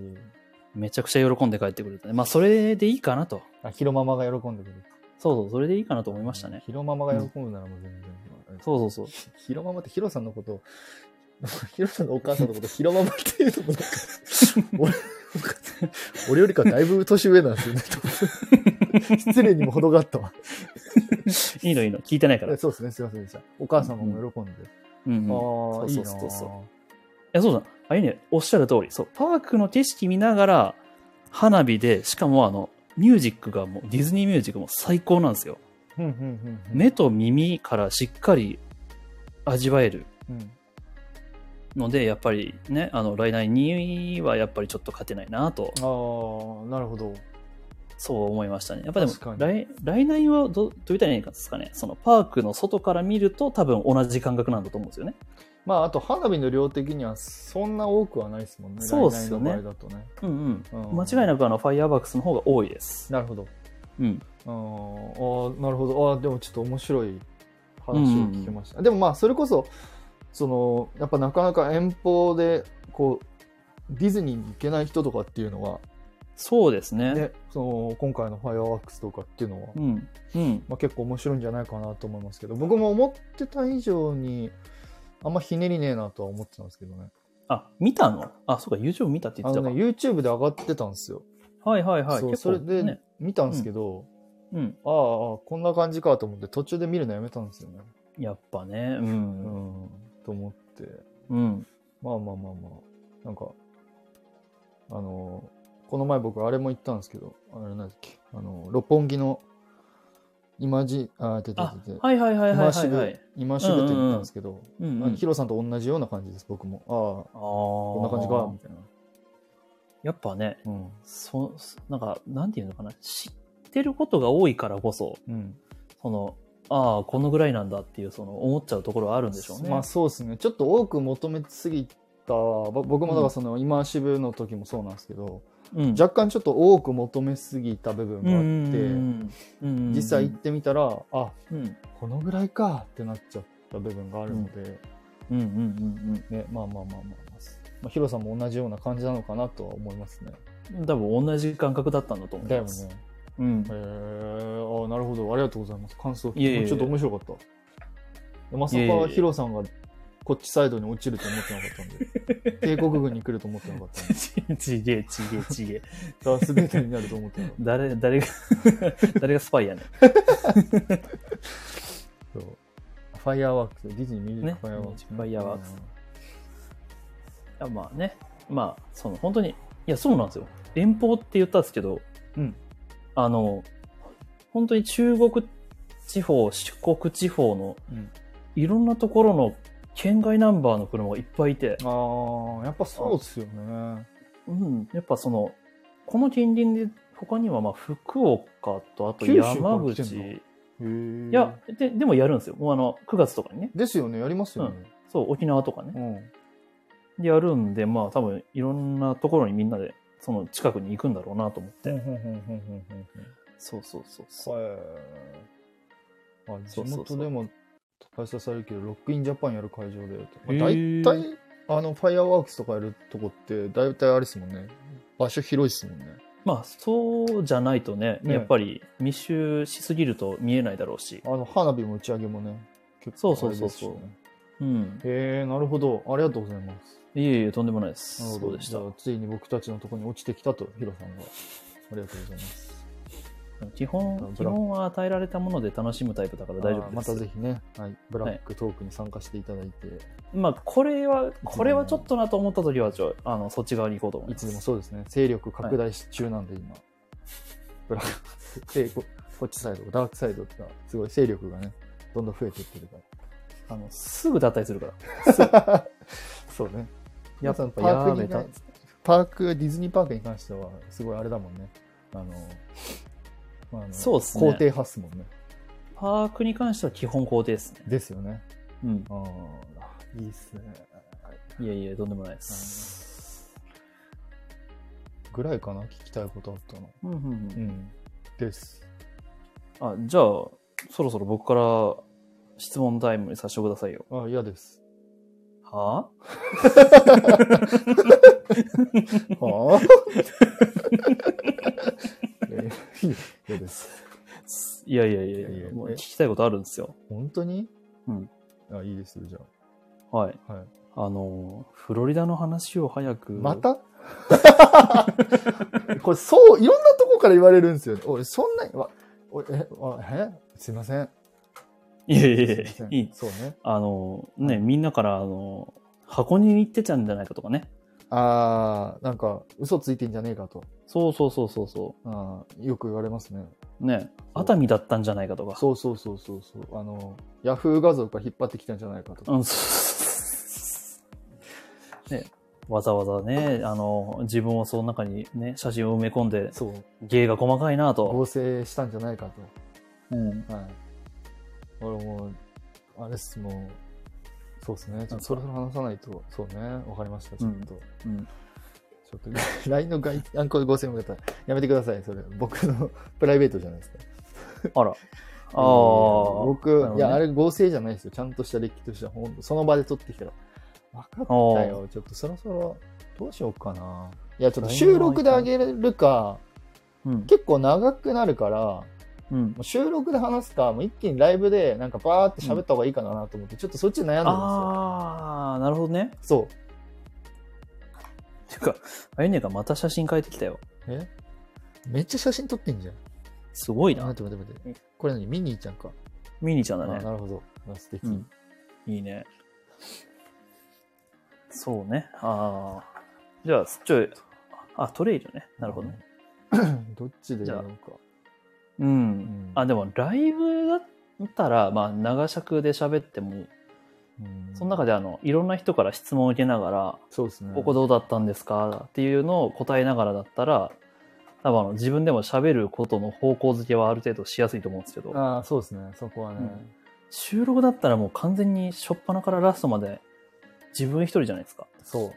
めちゃくちゃ喜んで帰ってくれたね。まあ、それでいいかなと。
あ、ひろママが喜んでくれる。
そうそう、それでいいかなと思いましたね。
ひろママが喜ぶならもう全然。
そうそうそう。
ひろママってひろさんのこと、 ひろさんのお母さんのこと、ひろママっていうのも なんか、俺、俺よりかだいぶ年上なん ですよね。失礼にも程があったわ。
いいのいいの、聞いてないから。
そうですね、すいませんでした。お母様も喜んで。
うん、うん。
ああ、いいな
そうそうそう
ぁ
え、そうだ。あ、いいね。おっしゃる通り。そう。パークの景色見ながら、花火で、しかもあの、ミュージックがもう、ディズニーミュージックも最高なんですよ。
うんうんうんうん。
目と耳からしっかり味わえる
うん。
ので、やっぱりね、あの、来年にはやっぱりちょっと勝てないなと、
ああ、なるほど。
そう思いましたね。やっぱでも
確、か
来来年はど、どういったらいいんですかね。その、パークの外から見ると多分同じ感覚なんだと思うんですよね。
まあ、あと花火の量的にはそんな多くはないですもんね。
そうっすよね
来年の場合だとね。
うん
う
うんん。間違いなくあの、ファイアーバックスの方が多いです。
なるほど。
うん。
あーあー、なるほど。ああ、でもちょっと面白い話を聞きました。でもまあ、それこそ、その、やっぱなかなか遠方で、こう、ディズニーに行けない人とかっていうのは、
そうですね。
ね、その、今回のファイアワークスとかっていうのは、
うん。うん。
まあ、結構面白いんじゃないかなと思いますけど、僕も思ってた以上に、あんまひねりねえなとは思ってたんですけどね。
あ、見たのあ、そうか、YouTube 見たって言
あ
って
の
た
ね、
か。
YouTube で上がってたんですよ。
はいはいはい。
そう
結
そ
構
れで
ね。
見たんですけど、
うん。
ああああ、こんな感じかと思って、途中で見るのやめたんですよね。
やっぱね。う。
うんん、と思って。
うん。
まあまあまあまあ。なんか、あの、この前僕あれも行ったんですけど、あれなんだっけ、あの、六本木の、イマジ、あ、てて
あ
てて、、
はいはいは
イ
いはい
マー
は
シ
い、はい
ブ。、イマーシブって行ったんですけど、
うん
あ
うん。
ヒロさんと同じような感じです、僕も。あ
ああ。
あ、
こ
こんな感じか、み。たいな。
やっぱね、
うん。
そ、そなんか、なんていうのかな。知ってることが多いからこそ、
うん。
その、ああ、このぐらいなんだっていう、その、思っちゃうところはあるんでしょうね。
まあそうですね。ちょっと多く求めすぎた、ぼ僕もだからその、イマーシブの時もそうなんですけど、
うん。
若干ちょっと多く求めすぎた部分
うん
があ
う
っ
ん
て、
うんうん。
実際行ってみたら、あ
うん。
このぐらいかってなっちゃった部分があるので、
うんうんうん
ね、まあまあまあまあまあ、まあ、ヒロさんも同じような感じなのかなとは思いますね。
うん。多分同じ感覚だったんだと思
だ
い
よ
ま
ね。
す。
へ
うん
え。あなるほど。ありがとうございます。感想
いえいえいえ
ちょっと面白かった。まさ
いえい
か
え
ヒロさんがこっちサイドに落ちると思ってなか ったんで、帝国軍に来ると思ってなかったんで
ちちげえちげえちげえ。
ダースベイダーになると思ってなかっ
誰、誰が、誰がスパイやね
た。そうファイアーワークス、ディズニーミュージッ
ね
クファイアーワークス、
ファイアーワークスん。まあね、まあ、その、本当に、いや、そうなんですよ。連邦って言ったんですけど、
うん。
あの、本当に中国地方、四国地方の、
うん
いろんなところの県外ナンバーの車がいっぱいいて、
ああ、やっぱそうっすよね。
うん、やっぱその、この近隣で、他にはまあ福岡と、あと
九州から
山
来てんの
口。
へえ
いや、で、でもやるんですよ。もうあの、9月とかにね。
ですよね、やりますよね。
そう、沖縄とかね。
うん。
でやるんで、まあ多分いろんなところにみんなで、その近くに行くんだろうなと思って。
うんうんうんうんうんうん
そうそうそう
う
そ
ん。
う。
はい。あ、地
そうそうそ
元
う
でも開催されるけど、ロックインジャパンやる会場で。
へ
まあ、大
ー
体、あの、ファイアワークスとかやるとこって、大体あれですもんね。場所広いですもんね。
まあそうじゃないとね、
ね
やっぱり密集しすぎると見えないだろうし
あ。の、花火も打ち上げもね。結
そうそうそうそう
あれですしね
うん。
へえ、なるほど。ありがとうございます。
いえいえ、とんでもない
な
で
る
す。
ほど
そうでした
じゃ。あついに僕たちのところに落ちてきたと、ヒロさんが。ありがとうございます。
基
ブラ
本、基本は与えられたもので楽しむタイプだから大丈
あ
夫
ー
です。
またぜひね、はい、ブラックトークに参加していただいて、
まあこれは、これはちょっとなと思った時は、ちょ、あの、そっち側に行こうと思い
い
ます。
つでもそうですね、勢力拡大し中なんで、今。ブラッ ク、でここっちサイド、ダークサイドとか、すごい勢力がね、どんどん増えていってるか
あの、すぐ脱退するから。
ら。そうね。
や
皆
っ
さ
ぱ
んパーク
やめ
に
た
関。パーク、ディズニーパークに関しては、すごいあれだもんね。あの、まああの
そうっすね
肯定派っすもんね。
パークに関しては基本肯定ですね。
ですよね。
うん。
ああ、いいっすね。
いやいや、とんでもないです。
ぐらいかな、聞きたいことあったの。
うんうんう、
うんん。です。
あじゃあ、そろそろ僕から質問タイムにさせてくださいよ。
あ、嫌です。
はあ
はあいやいや嫌です。
いやいやいや
いや
い
いや
や、もう聞きたいことあるんですよ。
本当に
うん。
あ、いいですよ、じゃ
はい。
あ。はい。
あの、フロリダの話を早く。
また これ、そう、いろんなとこから言われるんですよね。俺、そんなに、わ俺えわえすいません。
いやいやい
す
や
ません
いい。
そうね。
あの、ね、みんなから、あの、箱根に行ってちゃうんじゃないかとかね。
あー、なんか、嘘ついてんじゃねえかと。
そうそうそうそうそ
あーよく言われますね。
う。ね、
そう
熱海だったんじゃないかとか。
そうそうそうそうそう。あの、ヤフー画像から引っ張ってきたんじゃないかと。
うん、そうね、わざわざね、あの、自分をその中にね、写真を埋め込んで、
そう。
芸が細かいなと。
合成したんじゃないか
うん。
と。はい。俺もう、あれっす、もう、そうですね。ちょっとそろそろ話さないと、そうね。わかりました、ちょっと。
うん。
ちょっと、LINE の外アンコール5000円方、やめてください、それ。僕の プライベートじゃ ないですか。
あら。ああ。
僕、いや、あ
れ。
れ合成じゃないですよ。ちゃんとした歴史としては、ほんとその場で撮ってきたら。分かったよ。ちょっとそろそろ、どうしようかな。いや、ちょっと収録であげるか、
うん。
結構長くなるから、も
うん。
う収録で話すか、もう一気にライブで、なんかバーって喋った方がいいかなと思って、ちょっとそっちで悩んでるんで
ああ、なるほどね。
すよ。そう。
てか、あゆねがまた写真変えてきたよ。
えめっちゃ写真撮ってんじゃん。
すごい
あ待
な
っ。て待って待って。これ何ミニーちゃんか。
ミニちゃんだ
あ
ね。
なるほど。あ素敵。
うん。いいね。そうね。ああ。じゃあ、ちょい、あ、トレイルね。なるほどね。
うん。 どっちでやろうか。
うん。
ん
あ、でも、ライブだったら、まあ、長尺で喋っても、
うん
その中で、あの、いろんな人から質問を受けながら、
そうですね。
ここどうだったんですかっていうのを答えながらだったら、多分あの自分でも喋ることの方向づけはある程度しやすいと思うんですけど、
ああ、そうですね。そこはね。
うん収録だったらもう完全に初っ端からラストまで自分一人じゃないですか。
そ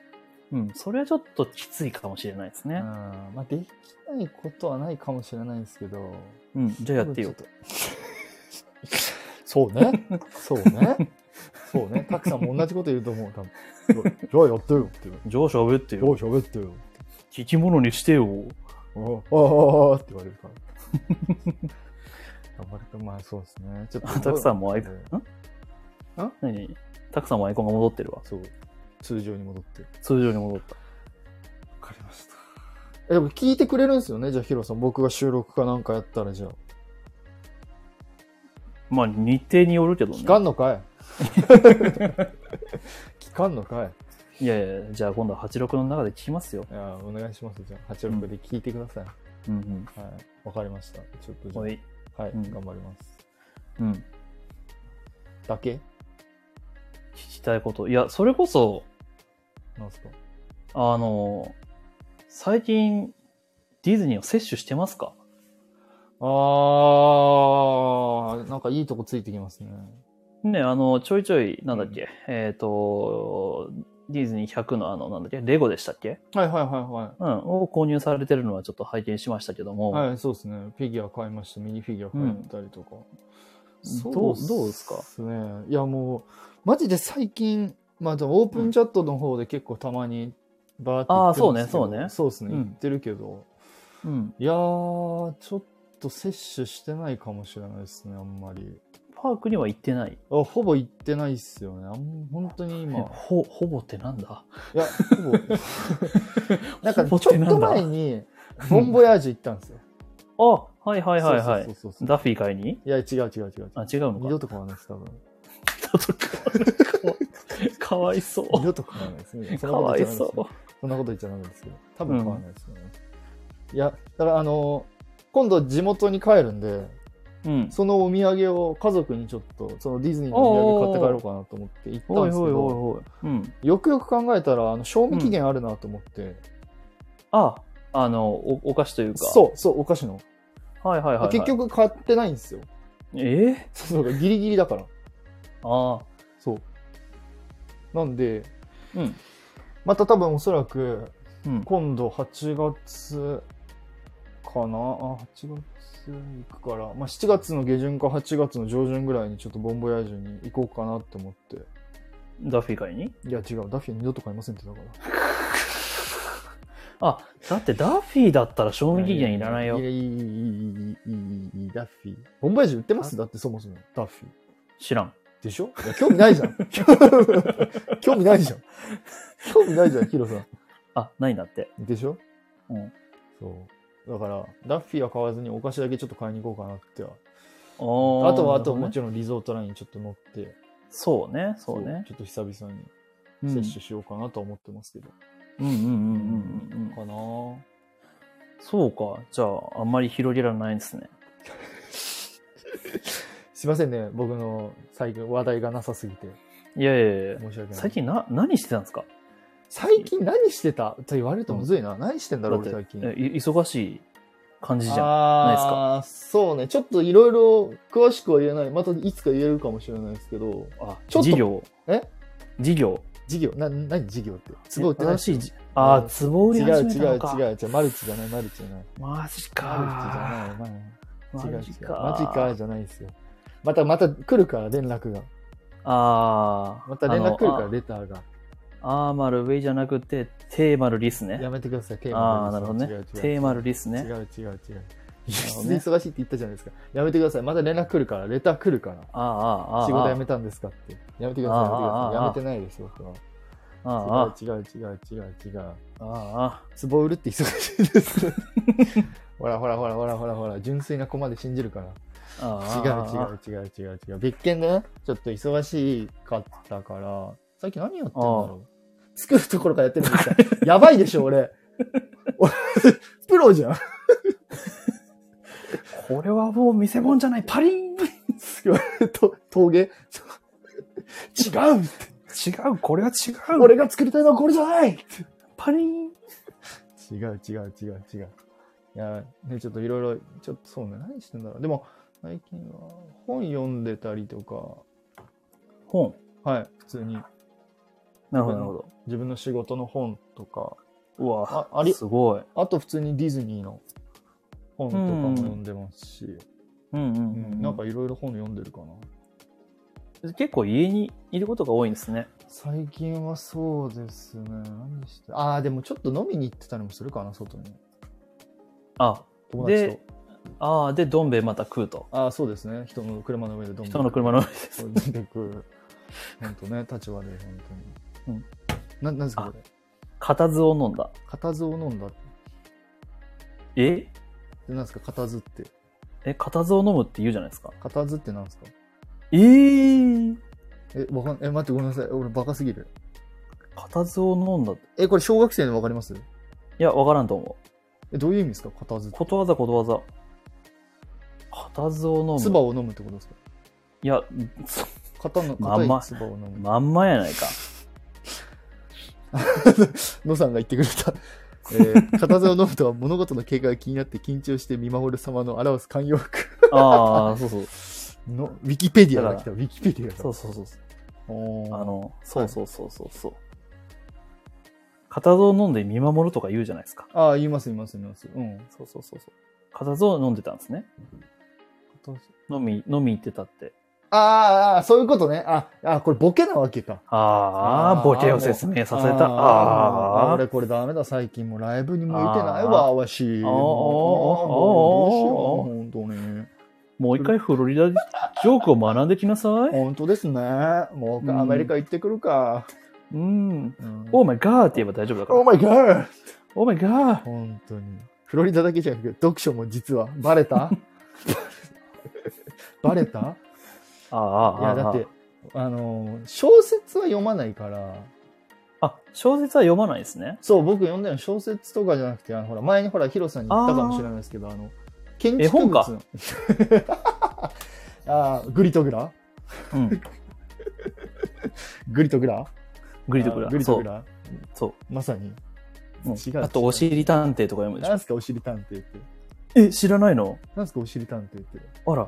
う。
うん、それはちょっときついかもしれないです
う
ね
ん。。まあ、できないことはないかもしれないんですけど。
うん、じゃあやってよ。
ちょっと。そうね。そうね。そうね。たくさんも同じこと言うと思う。多分じゃあやってよって言う。
上喋って
じゃあ
よ。
喋ってよ。
聞き物にしてよ。
ああああって言われるから。頑張るか。まあそうですね。ちょっ と。
たくさんもアイコ
えー
ン、ん何たくさんもアイコンが戻ってるわ。
そう。通常に戻って。
通常に戻った。
わかりました。え、でも聞いてくれるんですよねじゃあヒロさん。僕が収録かなんかやったらじゃあ。
まあ、日程によるけど
聞か
ね。
んのかい 聞かんのかい
いやいや、じゃあ今度は86の中で聞きますよ。
いやお願いしますじゃあ86で聞いてください、
うん
はいわかりましたちょっと
うん。
じゃ
おい。
あはい、
うん
頑張ります
うん。聞
だけ
きたいこと。いや、それこそ、
なんすか
あの、最近、ディズニーを摂取してますか
あーなんかいいとこついてきますね
ね、あの、ちょいちょい、なんだっけ、えっ、と、ディズニー100のあの、なんだっけ、レゴでしたっけ
はいはいは
うん、を購入されてるのはちょっと拝見しましたけども、
いはいはいそうですねフィギュア買いましたミニフィギュア買ったりとか、
どう
そう
どうですか
すねいやもうマジで最近まあでもオープンチャットの方で結構たまにバーって言ってるんですけど
あーそうねそうね
そうですね
う
言
ん
ってるけど、
うん、
いやー、ちょっと摂取してないかもしれないですね、あんまり。
パークには行ってない。
あほぼ行ってないっすよね。あん本当に今。
ほ、ほぼってなんだ
いや、ほぼ。 なんか、ち
ほ
ょ
ぼ
っ
ってなんだ
と前に、ボンボヤージュ行ったんですよ。
あ、はい はいはいはい。
そうそうそうそう
ダッフィー買い に
いや、違う違う違う違う。
あ、違う
二
の
度と
か。
買わないです、多分。
かわいそう。
二度と買わないですね。そ
か
んなこと
わ
言
い
っちゃダメですよ
そう。
そんなこと言っちゃダメですけど。多分買わないですね。いや、だからあの今度地元に帰るんで、
うん。
そのお土産を家族にちょっと、そのディズニーのお土産買って帰ろうかなと思って行ったん
おい
ですけ
おい
ど、
おいおい。うん。
よくよく考えたら、あの賞味期限あるなと思って、
あ、あの、おお菓子というか。
そうそう、お菓子の。
う。はいはいはい、はい。
結、局買ってないんですよ。
え
そうそうギリギリだから
ああ。
そうなんで
うん。
また多分おそらく
うん。
今度8月かなあ8月行くから、まあ、7月の下旬か8月の上旬ぐらいにちょっとボンボヤージュに行こうかなって思って
ダッフィー会に
いや違うダッフィー二度と買いませんってだから
あ、だってダッフィーだったら賞味期限いらないよ
いや。いいいいいいいいいいいいダッフィーボンボヤージュ売ってますだってそもそもダッフィー
知らん。
でしょいや興味ないじゃん 興味ないじゃん興味ないじゃんヒロさん
あ、ないんだって。
でしょ
うん。
そう。だから、ダッフィーは買わずにお菓子だけちょっと買いに行こうかなっては。あ
ああ
とは、あとも
も
ちろんリゾートラインちょっと乗って、
そうね、そうね。
ちょっと久々に
うん
摂取しようかなとは思ってますけど。
うんうんうんうんうんうん。
かなぁ
そうか。じゃあ、あんまり広げられないんですね。
すいませんね、僕の最近話題がなさすぎて。
いやいやいや。
申し訳ない。
最近な、何してたんですか
最近何してたと言われるとむずいな。何してんだろう、俺
だっ
最
て
近。
えい忙しい感じじゃん。ないっすか
あーそうね。ちょっといろいろ詳しくは言えない。またいつか言えるかもしれないですけど。
あ、
ちょっと
事業。
え
事業。
事業な、何事業って。都合って何
新しいじ、ああ、
うん
壺売
違
り
う
始めた
違
の
う
か。
違う違うマルチじゃないマルチじゃない
マジ
マルチ
か
じゃない
マ
マ違う違う
ジ
マ
か
ジかじゃないですよまたまた来るから連絡が
ああ。
また連絡来るか
あ
ら
の
レターが
あアーマルウェイじゃなくて、テーマルリスね
や。めてくださいテー
あ
マ
あー、なるほど
違う違
ね
う。
テーマルリス
違
ね。
う違う違う
るほど
必
ね
然忙しいって言ったじゃないですかやめてくださいまた連絡来るからレター来るから
ああ、ああ、ああ。
仕事辞めたんですかってやめてくださいやめてください
あーあーあー
やめてないです僕は
ああ、あ
違う違う違う違う違う
あ、あ
壺売るって忙しいです ほらほらほらほらほらほら純粋な子まで信じるから
あ、ああ。
違う違う違う違う違う別件でねちょっと忙しかったからさっき何やってんだろう作るところからやってるんですか やばいでしょ俺俺プロじゃん
これはもう見せ物じゃない。パリン
と陶芸違うって
違う、これは違う。
俺が作りたいのはこれじゃないって
パリン
違う違う違う違ういやねちょっといろいろちょっとそうね何してんだろうでも最近は本読んでたりとか
本。
はい普通に
なるほど、なるほど。
自分の仕事の本とか
うわ、
ああり
すごい。
あと普通にディズニーの本とかも読んでますし、
うんうんう
うん
ん。
なんかいろいろ本読んでるかな。
結構家にいることが多いんですね。
最近はそうですね。何してああ、でもちょっと飲みに行ってたりもするかな、外に。
あ、
友達と
で。ああ、で、どん兵衛また食うと。
ああ、そうですね。人の車の上でどんどん。
人の車の上で
そう出てくる。本当ね、立場で、本当に。うん。な、なんですか、これ。
固唾を飲んだ。
固唾を飲んだって。
え
でなんですか、固唾って。
え、固唾を飲むって言うじゃないですか。
固唾ってなんですか
ええー、
え、わかん、え、待って、ごめんなさい。俺、バカすぎる。
固唾を飲んだ。い
え、これ、小学生でわかります
や、わからんと思
え、どういう意味ですか、固唾
う。
って。
ことわざ、ことわざ。固唾を飲む。
唾を飲むってことですか
いや、
肩の
まあ
硬い
まあ
唾を飲む。
まんまやないか。
野さんが言ってくれ た、えー、片座を飲むとは物事の経過が気になって緊張して見守る様の表す慣用 句
ああ、そうそう。
のウィキペディアが来たウ
だ
ィキペディアが
そうそうそう。
おー
あの、そうそうそうそうそう。片蔵飲んで見守るとか言うじゃないですか。
ああ言います言います言いますうん
そうそうそうそう。片蔵飲んでたんですね。飲み、飲み行ってたって。
ああああそういうことねああこれボケなわけか
あ
あー
あ、ボケを説明させた。
あー
あ
俺
あ、
これダメだ最近もうライブに向いてないわわし
あー
もうどうしよう本当に
もう一回フロリダジョークを学んできなさい。
本当ですねもう
うん
アメリカ行ってくるか、
うん。
うん
オーマイガーって言えば大丈夫だから。
マイガー
オーマイガー。
本当に。フロリダだけじゃなくて、読書も実は。バレ たバレた
ああ、
いや、
あ
だ
あ
っ。て、あのー、小説は読まないから、
あ、小説は読まないですね。
そう、僕読んだの小説とかじゃなくて、あの、ほら、前にほら、ヒロさんに言ったかもしれないですけど、あの、建築物
絵本か
の あーグリトグラ
うん。
グリトグラ
グリトグ
あ
ラ。
ーグリ
そ
トグ
う。
ラ
そ
まさに。
う。うん
違う
あと、お尻探偵とか読むでし
な
ょ。
んすか、おしり探偵って。
え、知らないの
なんすか、おしり探偵って。
あら。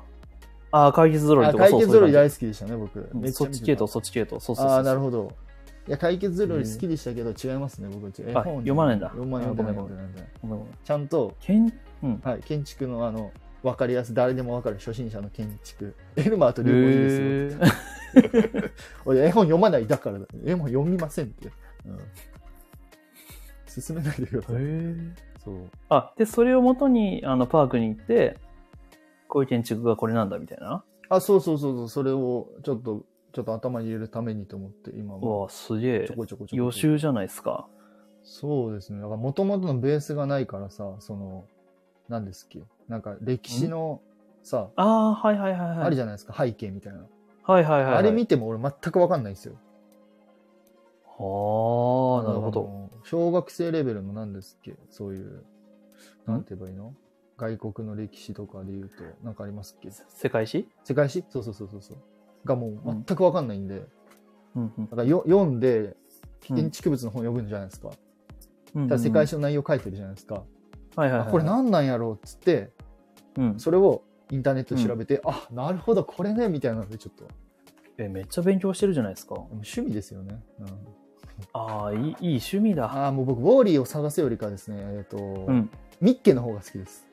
ああ、解決ぞろい
あ
とか、
解
そう
決
そう
ぞろ
い
いう
感
大好きでしたね、僕。
じ。そっち系統、そっち系統。そうそうそうそう。
ああー、なるほど。いや、解決ぞろい好きでしたけど、違いますね、僕。絵本
読まないんだ
読まない
あ
読まない
ごめんごめん
読まない
ごめんごめん
ちゃんと、
けん、うん。
はい、建築のあの、わかりやすい、誰でもわかる初心者の建築。エルマーとルーもいいですよ。
へー
俺、絵本読まないだからだ。絵本読みませんって。うん。進めないでください。そう。
あ、で、それをもとに、あの、パークに行って、こういう建築がこれなんだ、みたいな。
あ、そうそうそうそう、それをちょっと、ちょっと頭に入れるためにと思って、今
う
も
わあ、すげえ
ちょ。こちょこちょこちょこ。
予習じゃないですか。
そうですね。だから元々のベースがないからさ、その、何ですっけ。なんか歴史のさ、
ああー、はいはいはいはい。
あるじゃないですか、背景みたいな。
はいはいはいはい。
あれ見ても俺全くわかんないんですよ。
はあ、なるほ
あ
ど。
の。小学生レベルの何ですっけ、そういう、なんて言えばいいの外国の歴史とかで言うと、なんかありますっけ
世界史
世界史そうそうそうそうそう。がもう全くわかんないんで、
うんうん
だからよ読んで、
うん
建築物の本読むんじゃないですか。
うんうん。
ただ世界史の内容書いてるじゃないですか。
はいはいは
あ
い。
これ何なんやろうっつって、
うん。
それをインターネットで調べて、あなるほど、これね、みたいなので、ちょっと、で
え、めっちゃ勉強してるじゃないですか。
も趣味ですよね。うん、
ああ、いい、いい趣味だ。
ああ、もう僕、ウォーリーを探すよりかですね、えっ、と、
うん。
ミッケの方が好きです。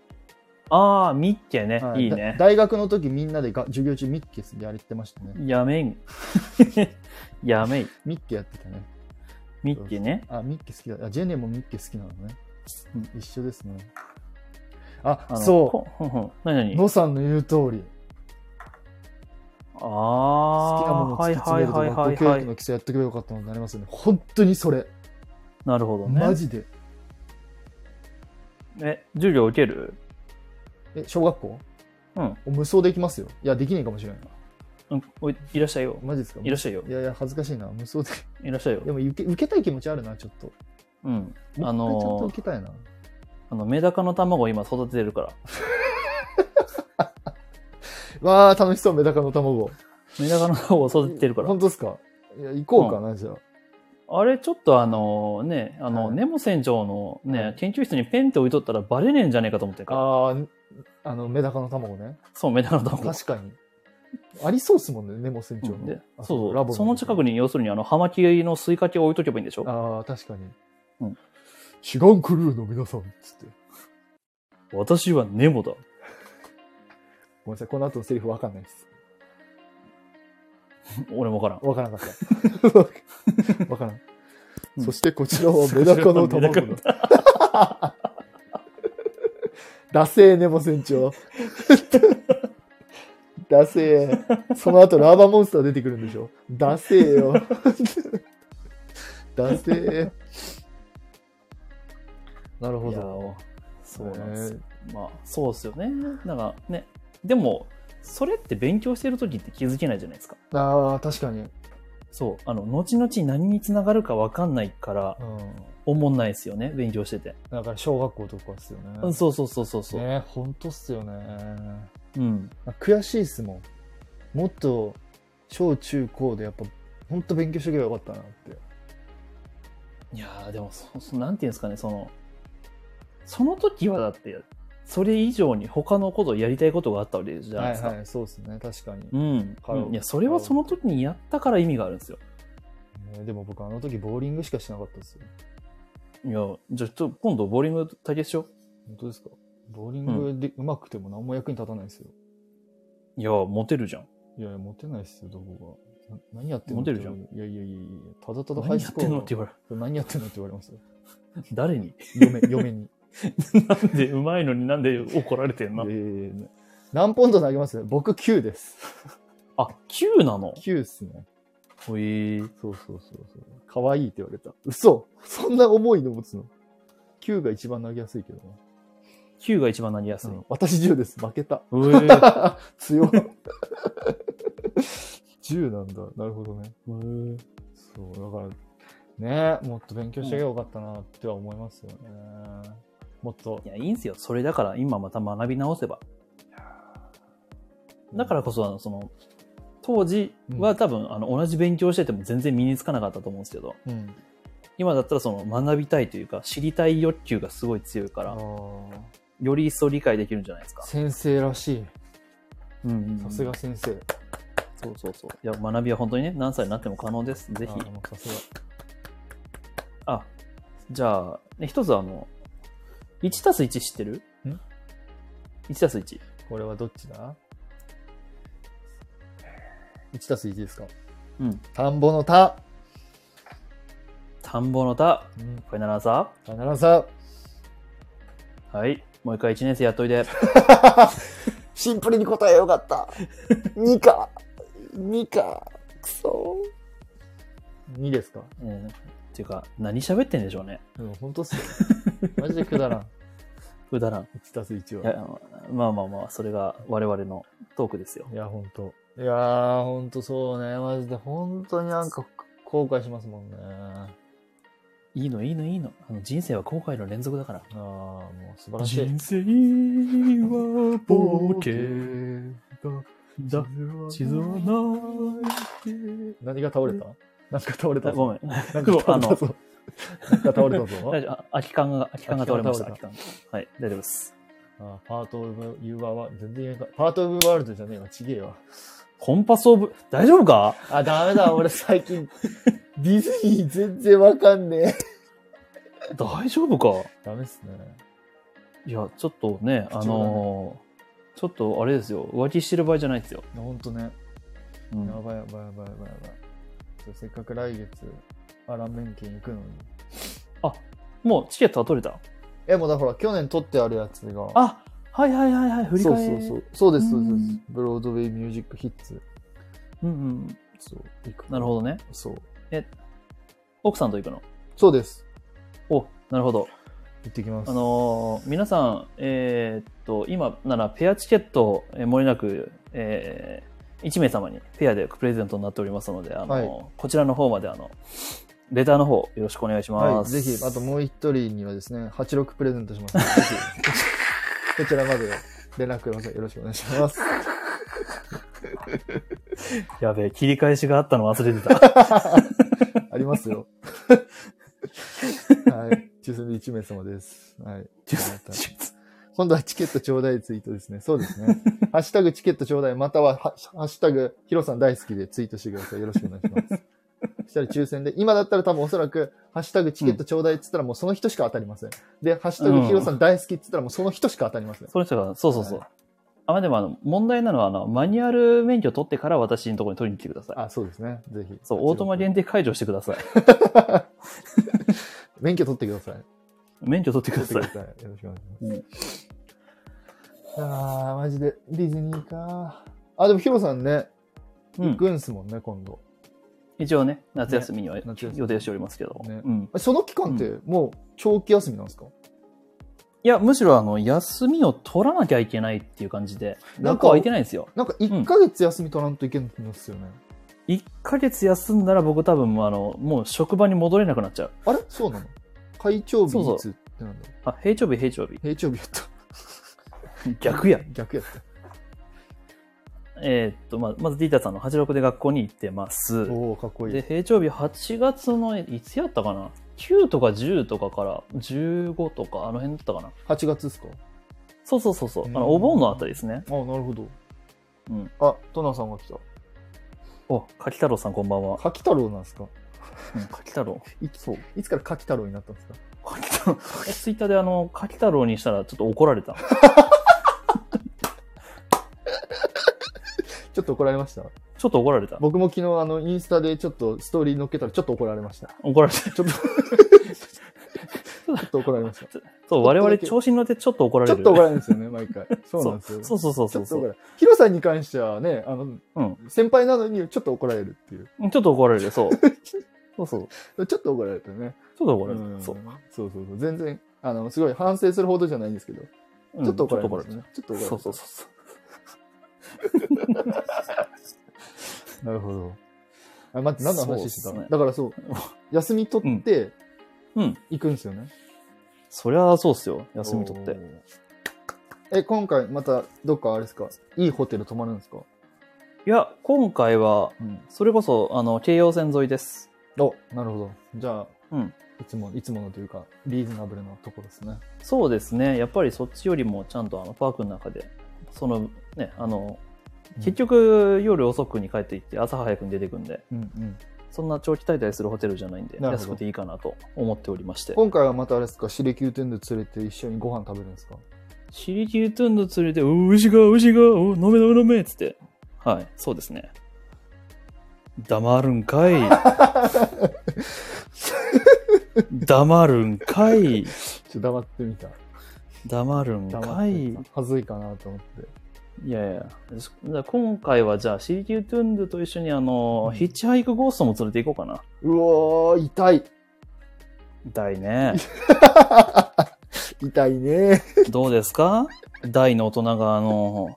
ああ、ミッケね。
はい
いね
だ。大学の時みんなでが授業中ミッケやれてましたね。
やめん。 やめい。
ミッケやってたね。
ミッケね。
あ、ミッケ好きだ。あジェネもミッケ好きなのね。
う
一緒ですね。あ、
あの
そ
ほんほん。なに
う。
なに
野さんの言う通り。
ああ
好きなものを突
は
き
い
詰
は
め
い
るとか、
はいはい
学校教
は
育の
い。
基礎やってくればよかったのになりますよね。本当にそれ。
なるほどね。
マジで。
え、授業受ける
え、小学校
うん。
無双できますよ。いや、できないかもしれない。
うんおいいらっしゃいよ。
マジですか
いらっしゃいよ
い。やいや、恥ずかしいな。無双で。
いらっしゃい
で
よ。
も受け、受けたい気持ちあるな、ちょっと。
うん。
もう一回
あ
ちゃんと
のー
受けたいな。
あの、メダカの卵を今育ててるから。
わー、楽しそう、メダカの卵。
メダカの卵を育ててるから
本。当ですかいや、行こうかな、じゃあ。
あれ、ちょっとあのね、あの、
はい
ネモ船長のね、
はい
研究室にペンって置いとったらバレねえんじゃねえかと思ってるから。
あー、あの、メダカの卵ね。
そう、メダカの卵。
確かに。ありそうっすもんね、ネモ船長
うんで
の。あ
そうそう。その近く
に。
に、要するに、あの、葉巻の吸いかけを置いとけばいいんでしょ
あー、確かに。
うん
シガンクルーの皆さん、つって。
私はネモだ。
ごめんなさい、この後のセリフわかんないです。
俺もわからん。
わからなか った。わからん。
うん
そしてこちらはメダカの
メダカ
卵
の
だ。 ダセーネモ船長。 ダセー。その後ラーバーモンスター出てくるんでしょ。ダセーよ。 ダセー。なるほ
いや
ど。
ーそうなんですよ
ね。
まあ、そうですよね。なんかね、でも、それって勉強してる時って気づけないじゃないですか。
ああ、確かに。
そう。あの、後々何につながるかわかんないから
う、ん。
おもんないですよね。勉強してて。
だから小学校とかですよ
うん、
ね。
そうそうそうそうそう。
ね、ほんとっすよね。
うん。
悔しいっすもんもっと小中高でやっぱほんと勉強しとけばよかったなって
いやーでもそそ、なんていうんですかね、その、その時はだって、それ以上に他のことをやりたいことがあったわけじゃないですか。
いそうですね確かに、
うん
カラオケ
うん。いや、それはその時にやったから意味があるんですよ。
ねでも僕あの時ボーリングしかしなかったですよ
いや、じゃあちょっと今度ボーリング対決しよう。
本当ですかボーリングでうまくても何も役に立たないですよ、
いや、モテるじゃん。
いやいやモテないっすよどこがな何やってんの
モテるじゃん
って言われいやいやいやいやただただハイ
何や
ス
っ
コア
てんのって言われる。
何やってんのって言われます よ
誰に
嫁嫁にい
なんでうまいのになんで怒られてん
や
の
いやいや何ポンド投げます僕9です
あ、9なの
9っすね
ほい。
そうそうそうそう。可愛いって言われた。嘘そんな重いの持つの ?9 が一番投げやすいけどね。
9が一番なりやすい。
私10です。負けた。
うえー
強い。10なんだ。なるほどね。そう、だから、ねもっと勉強してけばよかったなっては思いますよね。もっと
い。や、いいんすよ。それだから今また学び直せば。だからこそ、あのその、当時
う
は
ん
多分、あの、同じ勉強してても全然身につかなかったと思うんですけど、
うん。
今だったらその、学びたいというか、知りたい欲求がすごい強いか
あ
ら、
ー
より一層理解できるんじゃないですか。
先生らしい。
うん
さすが先生。そうそうそう。
いや学びは本当にね何歳になっても可能ですぜひ
あーもうさすが。
あじゃあ、ね、一つあの1たす1知ってる
ん
?1 たす1
これはどっちだ ?1 たす1ですか
うん
田んぼの田。
田んぼの田
うん。
これならさ
必ず。
はいもう一回1年生やっとい て
シンプルに答えよかった。2か。2か。くそ。2ですか
うんっていうか何喋ってんでしょうね
うん、本当っす よ。マジでくだらん。
くだらん
1たす1
い
は。
やまあまあまあそれが我々のトークですよ
いや、本当。いやー、本当そうね。マジで、本当になんか後悔しますもんね。あ
いいのいいのいいのあの人生は後悔の連続だから
ー、もう素晴らしい
人。生は冒険だ地図はない
何が倒れたなんか倒れた
あご
ぞ。
めん。
なんか倒 れたぞ。なんか倒れた ぞ。
大丈夫。あ空き缶が、空き缶が倒れました。
空
空
き
き缶。はい、大丈夫です。
あパートオブユーバーは全然言えない。パートオブワールドじゃねえわ。ちげえわ。
コンパスオブ、大丈夫か
あ、ダメだ。俺最 近、ディズニー全然わかんねえ。
大丈夫か
ダメっすね。
いや、ちょっとね、あのーちょっとあれですよ。浮気してる場合じゃないですよ。
ほんとね。
う
や
ん、
ばいやばいやばいやばいやばい。ちょせっかく来月、アラン免券行くのに。
もうチケットは取れた
え、もうだから去年撮ってあるやつが。
あはいはいはいはい、振り
そ
返
うそ
り。
うそう。そうです、そうですそうで
う
す
ん。
ブロードウェイミュージックヒッツ。
うんうん。
そう。行く
なるほどね。
そう。
奥さんと行くの。
そうです。
お、なるほど。
行ってきます。
あのー皆さん、えーっと、今ならペアチケットを、えー、もれなく、えー、1名様にペアでプレゼントになっておりますので、あのー
はい
こちらの方まで、あの、レターの方、よろしくお願いし
は
ま
い、
す。
ぜひ、あともう一人にはですね、86プレゼントしますので。ぜひ、こちらまで連絡ください。よろしくお願いします。
やべえ、切り返しがあったの忘れて た。
ありますよ。はい。抽選で1名様です。はい。今度はチケットちょうだいツイートですね。そうです ね。ハッシュタグチケットちょうだい、またはハハッシュタグヒロさん大好きでツイートしてください。よろしくお願いします。そしたら抽選で、今だったら多分おそらく、ハッシュタグチケットちょうだいって言ったらもうその人しか当たりません。で、ハッシュタグヒロさん大好きって言ったらもうその人しか当たりません。
その人が、そうそうそう。
は
あ、まあ、でもあの、問題なのは、あの、マニュアル免許取ってから私のところに取りに来てください。
あ、そうですね。ぜひ。
そう、オートマ限定解除してください。
免許取ってください。
免許取ってく
取
だ
って
さ
くだ
い。
さい。よろしくお願いします。あー、マジで、ディズニーか。あ、でもヒロさんね、
うん
行くんすもんね、今度。
一応ね、夏休みには
ね夏休み
予定しておりますけど。
ね
うん
その期間って、もう、長期休みなんですか、
いや、むしろあの、休みを取らなきゃいけないっていう感じで、
なんか
なんか空いてないんですよ。
なんか、1ヶ月休み取らんといけないんですよね。
1ヶ月休んだら僕多分もうあの、もう職場に戻れなくなっちゃう。
あれそうなの会長日
そうそう
いつってなんだろう
あ、平常日、平常日。
平長日やった。
逆や。。
逆やった。
えーっと、まあ、まずディータさんの86で学校に行ってます。
おー、かっこい
で、
い。
平常日8月の、いつやったかな ?9 とか10とかから15とか、あの辺だったかな
8月ですか
そうそうそうそう。あ
う
の、
ん
お盆のあたりですね。
あ、なるほど。
うん。
あ、トナさんが来た。
お、柿太郎さんこんばんは。
柿太郎なんですか
うん柿太郎。
いつ、いつから柿太郎になったんですか
柿太郎。えツイッターであの、柿太郎にしたらちょっと怒られた。
ちょっと怒られました
ちょっと怒られた。
僕も昨日あのインスタでちょっとストーリー載っけたらちょっと怒られました。
怒られ た。
ちょっとちょっと怒られま した。
そう、
ちょっ
我
とだ
々
け
調子に乗ってちょっと怒ら
ち
れ
ょ
る。
っと怒られるんですよね、毎回。そうなんですよ。
そうそうそう
ち
そ
ょ
う
っと
そ
怒ら
う。
れる。ヒロさんに関してはね、あの、
うん。
先輩なのにちょっと怒られるっていう。
ちょっと怒られる、そう。そうそう。ち
ち
ょっ
ょっと怒られたね。
と怒られ
う
る。
ん
そ
そうう。そうそう。全然、あの、すごい反省するほどじゃないんですけど、
うん
ちょっと怒られ
ちょ
ま
っ
したね。ちょっと
と
怒ら
怒られ
れ
る。そ
ま
う
し
そ
た
うそうそう。
なるほど。あ、待って、何の話して、
そうったすね
だから そう、休み取って
うん。
行くんですよね。
そりゃあそうっすよ。休み取っ
お
て。
ー。え、今回またどっかあれですかいいホテル泊まるんですか
いや、今回は、
うん。
それこそ、あの、京葉線沿いです。
お、なるほど。じゃあ、
うん。
いつも、いつものというか、リーズナブルなとこですね。
そうですね。やっぱりそっちよりも、ちゃんとあの、パークの中で、その、ね、あの、結局夜遅くに帰っていって朝早くに出てくんで
うんうん、
そんな長期滞在するホテルじゃないんで
なるほど
安くていいかなと思っておりまして
今回はまたあれですか、シリキューテンド連れて一緒にご飯食べるんですか
シリキュートゥンド連れて「お牛が牛がお飲め飲め飲め」っつってはいそうですね黙るん かい黙るんかい
ちょっと黙ってみた。
黙るん
黙っ
か
て
い
みた。はずいかなと思って。
いやいや、そだから今回はじゃあ CQ トゥンドゥと一緒にあの、
うん
ヒッチハイクゴーストも連れて行こうかな。
うおー、痛い。
大ね。
痛いね。
どうですか大の大人があの、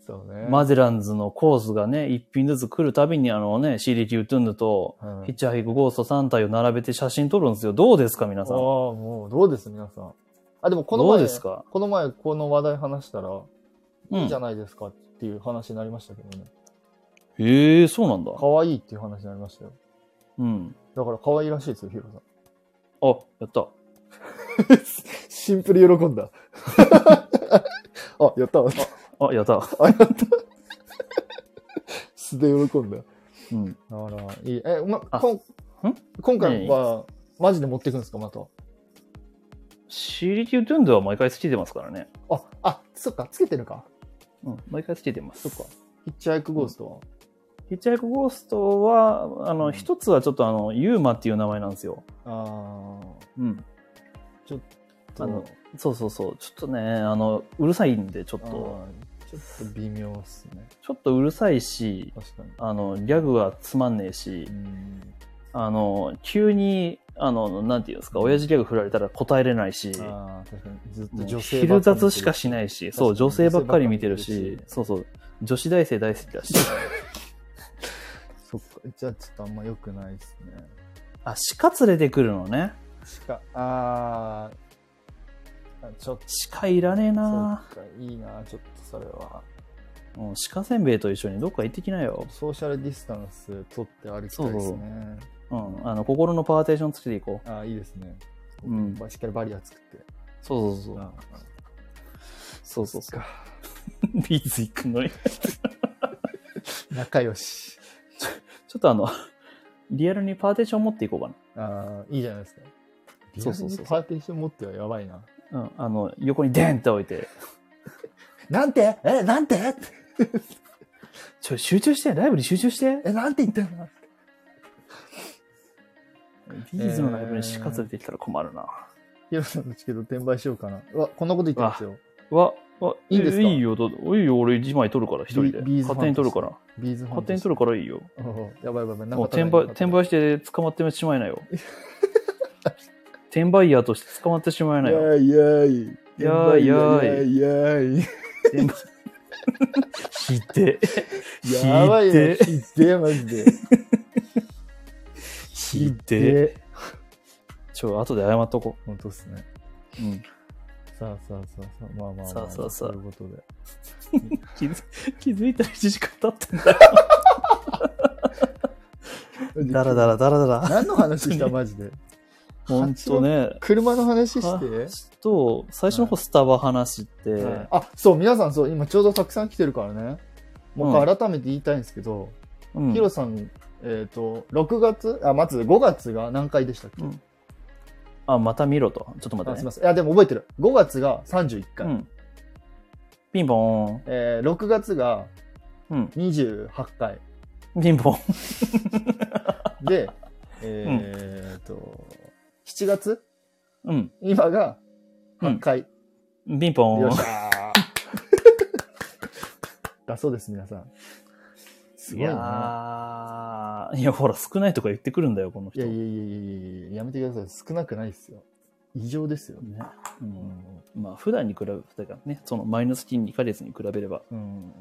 そうね。
マゼランズのコースがね、一品ずつ来るたびにあのね、CQ トゥンドゥと
うん、あ
ヒッチハイクゴースト3体を並べて写真撮るんですよ。どうですか皆
あー、
さん。ど
もう、どうです、皆さん。あ、でもこの
う
前、
ですか
この前、この話題話したら、
う
いい
ん
じ。ゃないですかっていう話になりましたけどね。
へえ、そうなんだ。
可愛いっていう話になりましたよ。
うん。
だから可愛いらしいですよ、ヒロさん。
あ、やった。
シンプルに喜んだ。 あ、やった。
あ、やった。
素で喜んだ。
うん。
あら、いい。え、ま、
あ
こん今回は、マジで持っていくんですか、また。
CQ トゥンドゥは毎回つけてますからね。
あ、あ、そっか、つけてるか。
うん。毎回つけてます。
そっか。ヒッチハイクゴーストは。
ヒッチハイクゴーストは、あ
う
の、
ん
一つはちょっとあの、ユーマっていう名前なんですよ。
あ
うん。
ーと
あのそうそうそう。ちょっとね、あの、うるさいんで、ちょっ
あー
と。
ちょっと微妙っすね。
ちょっとうるさいし、
確かに。
あの、ギャグはつまんねえし
う、ん。
あの、急に、あの、なんていうんですか、親父ギャグ振られたら答えれないし、
ああ、確かに。ずっ
も
と
う
女性ば
昼
っかり見てる
雑しかしないし、
確か
そう、
に
女性ばっかり見てる
女性ばっかり
し
見て、るし
そうそう、女子大生大好きだし。
そっか。じゃあ、ちょっとあんま良くないっすね。
あ、鹿連れてくるのね。
しか、あーあ、ちょっと。
鹿いらねえな
そうか、いいな、ちょっとそれは。
うん鹿せんべいと一緒にどっか行ってきなよ。
ソーシャルディスタンス取って歩きたいですね。
うん、あの心のパーテーションつけていこう。
ああ、いいですね。
うん
しっかりバリア作って。
そうそ うそう。
ああ
そうそう
そっか
ビーズ行くのに。ち
仲良し。
ょっとあの、リアルにパーテーション持っていこうか
ああ、いいじゃないですか。
そうそうそう
リアルにパーティション持ってはやばいな。
な。うん、あの、横にデンって置いて、
なんてえ、なんて
ちょ、集中して、ライブに集中して。
え、なんて言ってんの
ビーズのライブに鹿連れてきたら困るな。
ヒロさんのチケット転売しようかな。うわ、こんなこと言ってますよ。
わ、わ、
いいんですか
いいよ、どうぞいいよ、俺一枚取るから、一人で。
ビビーズ
勝手に取るから。
ビーズファン
勝手に取るからいいよ。
ら。おうやばいやばい。なん
もう
か
転売、転売
し
して捕まってしまいなよ。転売ヤーとして捕まってしまい
な
な
よ。や
よ。
いやい。
やーいやー
い。やーい。
転売ひで え。
やばいね。ひでえ、マジで。
ひ
え
でえ。ちょ、後で謝っとこ
本当っすね。
う。うん。
さあさあさあさあ、まあまあまあ、
さあさあさあ
ということで。
気づ気づいたら1時間経ったん だ。だらだらだらだ ら。
何の話した、マジで。
ほんとね。
車の話
あ
して。
と、最初の方スタバ話って、
はいあ、そう、皆さん、そう、今ちょうどたくさん来てるからね。もう一回改めて言いたいんですけど、
うん
ヒロさん、えっ、と、6月、あ、待つ、5月が何回でしたっけ、
うんあ、また見ろと。ちょっと待
あ
っ
す
て
み
ね
ま。せん。いや、でも覚えてる。5月が31
う
回。
ん。ピンポーン。
えー、6月が
うん。
28回。
ピンポ ン。
で、えっと、7月
うん。
今が8回。
ピンポ
よっ
ン
し。ゃー だそうです、皆さん。す
い
ごい
や
な。
ーいや、ほら、少ないとか言ってくるんだよ、この
い
人。
やいやいやいやいややめてください。少なくないですよ。異常ですよ。
ねう
うんん。
まあ、普段に比べてかね、そのマイナス金2ヶ月に比べれば。
うん。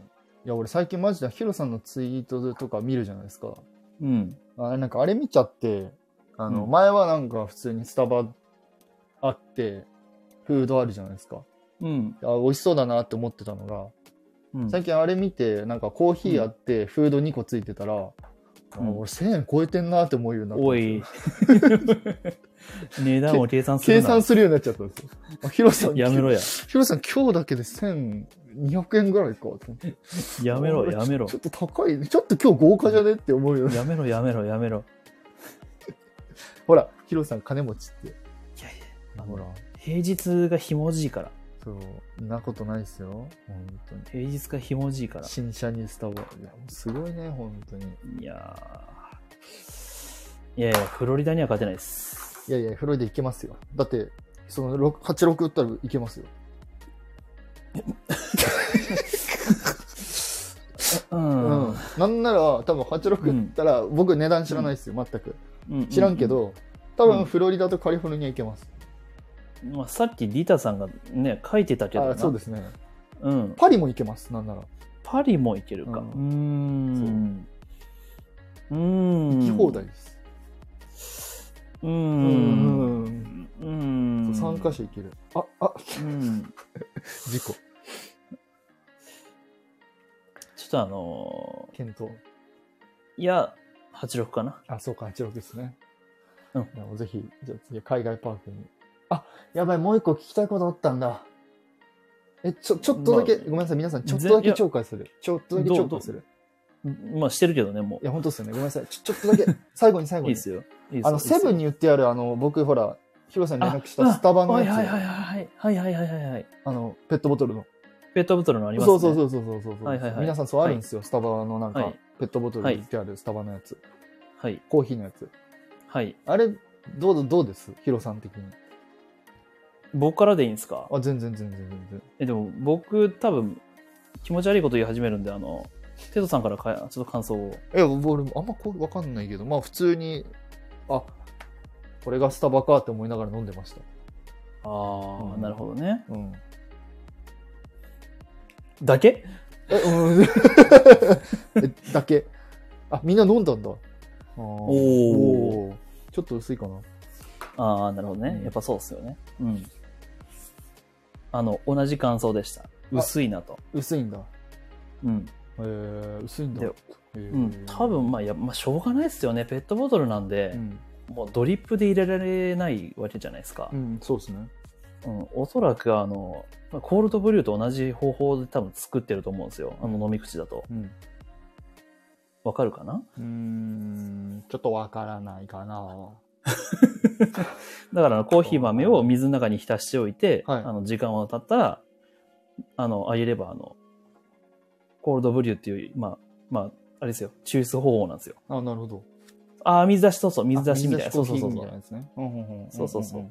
いや、俺最近マジでヒロさんのツイートとか見るじゃないですか。
うん。
あなんかあれ見ちゃって、あの、
うん
前はなんか普通にスタバあって、フードあるじゃないですか。
うん。
あ、美味しそうだなって思ってたのが、
うん、
最近あれ見て、なんかコーヒーあって、フード2個ついてたら、あ
うん
俺1000円超えてんなって思うようになった
おい。値段を計算する
計
な。
算するようになっちゃったん ですよ。あヒロさん、
やめろや。
ヒロさん、今日だけで1200円ぐらいかと思って。
やめろ、
俺
やめろ
ちょ。っと高い、ちょっと今日豪華じゃねって思うよね。
やめろ、やめろ、やめろ。
ほら、ヒロさん、金持ちって。
いやいや、
ほら、
平日がひもじいから。
そう、んなことないですよ。本当に。
平日がひもじいから。
新車にスタバ。いやすごいね、本当に。
いやーいやいや、フロリダには勝てないです。
いやいや、フロイデ行けますよ。だって、そのろく86打ったらいけますよ。
う
うん。
ん。
なんなら、多分86打ったら、僕値段知らないですよ、全く。
うん
知らんけ。ど、多
うん
分フロリダとカリフォルニア行けます。
うんまあ、さっきリタさんがね、書いてたけどな。
あそうですね。
うん。
パリも行けます、なんなら。
パリも行けるか。う
う
ー
ん
ん。うーん。
行き放題。です。
うー。
うん
うー。
うん3カ所行ける。あ、あ、
うん。
事故。
ちょっとあの
検討。
ーいや、86かな。
あ、そうか、86ですね。
うん
いやぜひ、じゃあ次、海外パークに。あ、やばい、もう一個聞きたいことあったんだ。え、ちょ、ちょっとだけ、
まあ
ごめんなさい、皆さん、ちょっ
ぜ
とだ
い
け
や
紹介する。ちょっとだけ
どう
紹介する。
まあ、してるけどね、も
いや、本当ですよね。ごめんなさい。ちょ、ちょっと だけ、最後に最
う。
後
いい
に。
ですよ。いいですよ
あの、セブンに言ってある、あの、僕、ほら、ヒロさんに連絡したスタバのやつ。
あはいはいはいはい。はいはいはいはいはい。
あの、ペットボトルの。
ペットボトルのありますね。
そうそうそうそうそうそう、
はいはいはい
皆さんそうあるんですよ、スタバのなん
は
か
い、
ペットボトルに売ってあるスタバのやつ。
はい。
コーヒーのやつ。
はい。
あれ、どう、どうですヒロさん的に。
僕からでいいんですか
あ、全然全然全然。
え、でも僕、多分、気持ち悪いこと言い始めるんで、あの、テトさんからかちょっと感想を。
いや、俺もあんまこうわかんないけど、まあ普通に、あ、これがスタバかって思いながら飲んでました。
ああ、
うん
なるほどね。
うん。
だけ
え、うん。 えだけ。あ、みんな飲んだんだ。あー
お
ーちょっと薄いかな。
ああ、なるほどね
う。ん
やっぱそうっすよね。うん。あの、同じ感想でした。薄いなと。
薄いんだ。
うん。
えー、薄いんだ。
で
へー
うん、多分まあや、まあ、しょうがないですよね、ペットボトルなんで
う、ん、
もうドリップで入れられないわけじゃないですか
う、ん、そうですね。
うんおそらくあの、まあコールドブリューと同じ方法で多分作ってると思うんですよ、あの飲み口だと。
うん。
わかるかな
うーん、ちょっとわからないかな。
だからあのコーヒー豆を水の中に浸しておいて、
はい
あの時間を経ったら、あの、あげれば、あの、コールドブリューっていう、まあ、まあ、あれですよ、抽出方法なんですよ。
あ、なるほど。
ああ、水出し、そうそう、水出しみたいな。
そ
そうう
そそ。
そううそうう
みたい
そ
な
う。
やつね。うんうんうん
そうそうそう。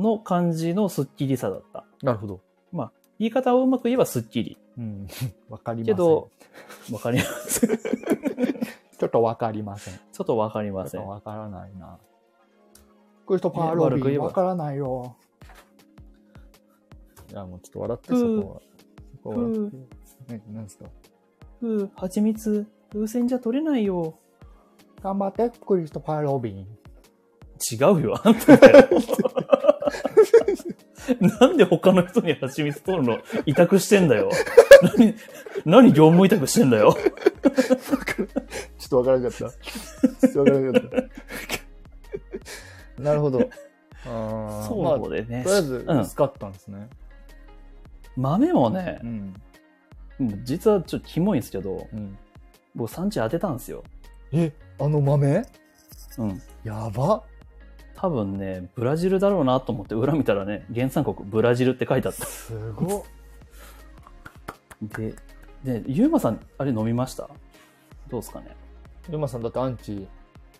の感じのスッキリさだった。
なるほど。
言い方をうまく言えばスッキリ。
うん。 わかりません。
けど、わかり ます。ち
ちょっとわかりません。ち
ょっとわかり
ょ
ま
っ
せ
と
ん。
わからないな。クリストファーロ
悪
ビ
く言え
ン
ば
わからないよ。いや、もうちょっと笑って、
う
そ
ー
こは。そこは笑って。ね、なんですか。
ふう、蜂蜜、風船じゃ取れないよ。
頑張って、クリストファーロビン。
違うよ、あんただよ。 なんで他の人に蜂蜜取るの委託してんだよ。何、何業務委託してんだ よ。
ちょっとわからなかった。ちょっとわからなか った。なるほど。あーまあ
そうでね
とりあえず
うん
薄かったんですね。
豆もね
う、ん。
うん実はちょっとキモいんですけど、
うん、
僕産地当てたんですよ。
え、あの豆
うん。
やば
多分ね、ブラジルだろうなと思って裏見たらね、原産国ブラジルって書いてあった。
すごっ
で、で、ゆうまさん、あれ飲みましたどうですかね
ルマさんだってアンチ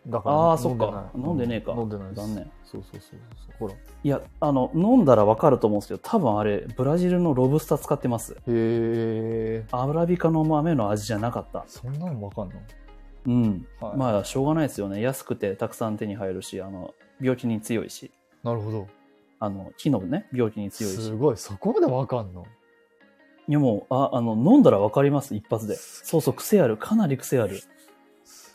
だから
あーそっか
飲んでない
飲んでねえか
飲んでないです
残念
そうそうそうそうほらへ
いや、あの、飲んだらわかると思うんですけど、多分あれ、ブラジルのロブスター使ってます。
え
アラビカの豆の味じゃなかった。
そんなのわかんの
うん。
はい、
まあ、しょうがないですよね。安くてたくさん手に入るし、あの、病気に強いし、
なるほど
あの、木のね、病気に強い
す
し。
ごいそこまでわかんの
いや、もう、あ、あの、飲んだらわかります、一発で。そうそう、癖ある。かなり癖ある。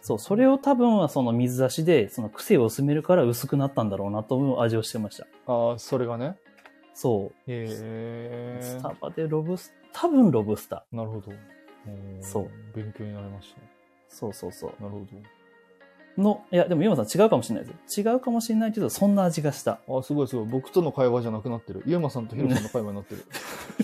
そう、それを多分はその水出しで、その癖を薄めるから薄くなったんだろうなと思う味をしてました。
ああそれがね
そう。
へえ
スタバでロブス、多分ロブスタ
なるほど
そう
勉強になりまし
そうそうそう。
なるほ
の、いや、でも山さん違うかもしれないですよ。違うかもしれないけど、そんな味が した。
ど。あ、すごいすごい。僕との会話じゃなくなってる。ゆうまさんとヒロさんの会話になってる。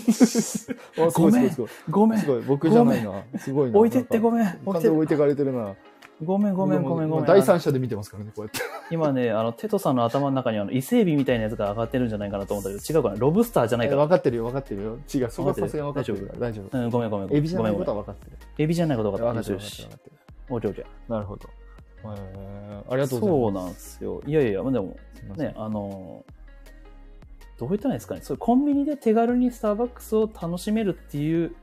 あ、すごいすごいすごい。
ごめ
す
ん。
ごい。僕じゃないな。すごいな。
置いてってごめん。置
完
いて
全に置いてかれてるな。
ごめんごめんごめんごめん。
第三者で見てますからね、こうやって。
今ね、あの、テトさんの頭の中にあの、伊勢海老みたいなやつが上がってるんじゃないかなと思ったけど、違うかな。ロブスターじゃないか。
分かってるよ、分かってるよ。違う、そこはさすがに分かってるから大丈夫。
うん、ごめんごめんごめん。
エビじゃない
ご
こ
めんご
と
めん
は分かってる。
エビじゃないことが
分か
分か
っ
ってた。
る。
よ
分
し
か
よ
って
し
る。分。かってる
オッケーオッケー。
なるほど。えーありがとう
そ
ござい
う
ま
なんですよ。いやいやいや、でも、
す。すいません
ね、あの、どう言ったらいいですかね。そうコンビニで手軽にスターバックスを楽しめるっていう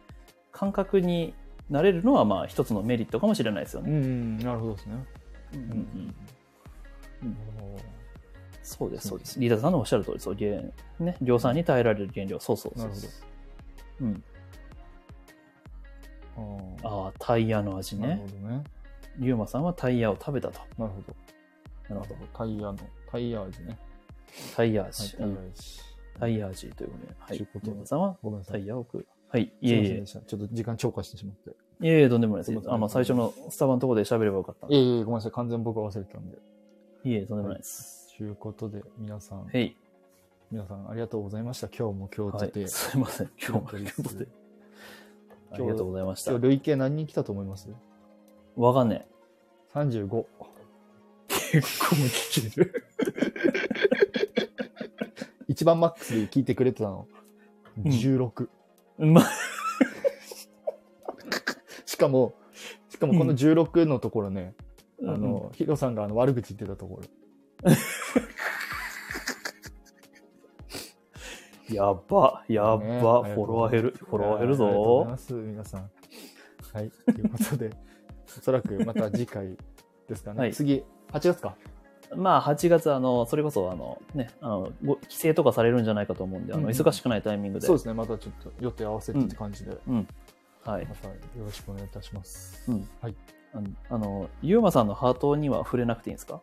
感覚になれるのは、まあ、一つのメリットかもしれないですよ
う
ね。
ん、なるほどですね。
うんうんうん
おー
そうです、そうです。リーダーさんのおっしゃる通り、そう、原ね、量産に耐えられる原料、そうそうそうそう。うん。
なるほど。あ
ああ、タイヤの味
ーなる
ね
ほ。どね。
ユーマさんはタイヤを食べたと。
なるほど。
なるほど。
タイヤの、タイヤ味ね。
タイヤ
は
味
い。タ
う
イ
ん
ヤ味。
タイヤ味ということで。は
というこ
い。
とで
ユーマさんは
ごめんなさ
タ
い。
イヤを食う。はい。い
す
え
いま
い
せん
え
で。した。ちょっと時間超過してしまって。
いえいえ、とんでもないです
すいま。せん
あの、最初のスタバのところで喋ればよかった。い
いえいえ、ごめんなさい。完全に僕は忘れてたんで。
えいえ、とんでもないです。
ということで、皆さん、
へい。
皆さんありがとうございました。今日も今日
は
とて、
い。すいませ ん。今日もありがとうございますありがとうございました
今日。累計何人来たと思います
わがね。
?35。
結構聞ける。
一番マックスで聞いてくれてたの。
ん
16。
ま
しかも、しかもこの16のところね、
うん
あの、ヒロさんがあの悪口言ってたところ。
やっば、やっば、
ねありが
フ
と
ォ
う
ロ
ご
ワー
ざいま
減
す
る、フォロワ
いや
ー減る
ありがとうござい
ぞ。
ます、皆さん。はい、ということで、おそらくまた次回ですかね。
はい
次、8月か。
まあ、8月、あの、それこそ、あの、ね、あの、ご帰省とかされるんじゃないかと思うんで、あ
うん
の、
うん
忙しくないタイミングで。
そうですね、またちょっと予定合わせてって感じで、
うん。はい
ま。たよろしくお願いいたします。
うん。
はい。
あの、あのゆうまさんのハートには触れなくていいんですか
ん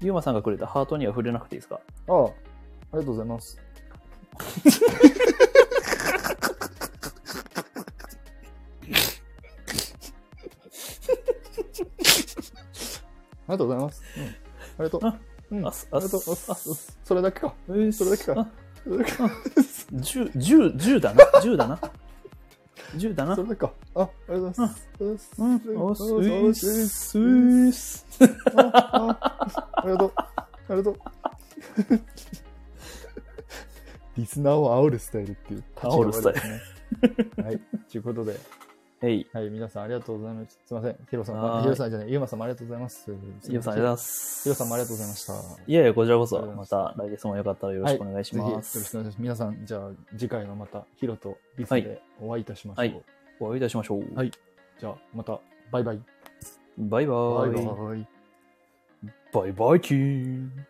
ゆうまさんがくれたハートには触れなくていいですか
ああ、ありがとうございます。ありがとうございます。うん、ありがとう。
あ
うん、
あ
あ
すあ
りがとう。
す
あすそれだけか。
え
それだけか。それだけか。
10、10、10だな。10だな。10だな
そ。れだけか。あ、ありがとうございます。
うん。おすい
す。
すいす。
ああありがとう。ありがとう。リスナーを煽るスタイルっていう。
煽るスタイル
ル。はい。ということで、
えい。
はい、皆さんありがとうございます。すいません。ヒロさ
はー
ん、
い
ヒロさんじゃない、ユーマさんもありがとうございます。
ゆうまさん、ありがとうございます。
ヒロさんもありがとうございました。
いやいや、こちらこそ、
ありがとうご
ま
ざい
た来月もよかったらよろしくお願いしま
ぜひ
す。
よろしくお願いします。皆さん、じゃあ次回のまたヒロとリスでお会いいたしましょう。
はいお会いいたしましょう。
はいじゃあ、また、バイバイ。
バイバイ。
イ。
バイバイキーン。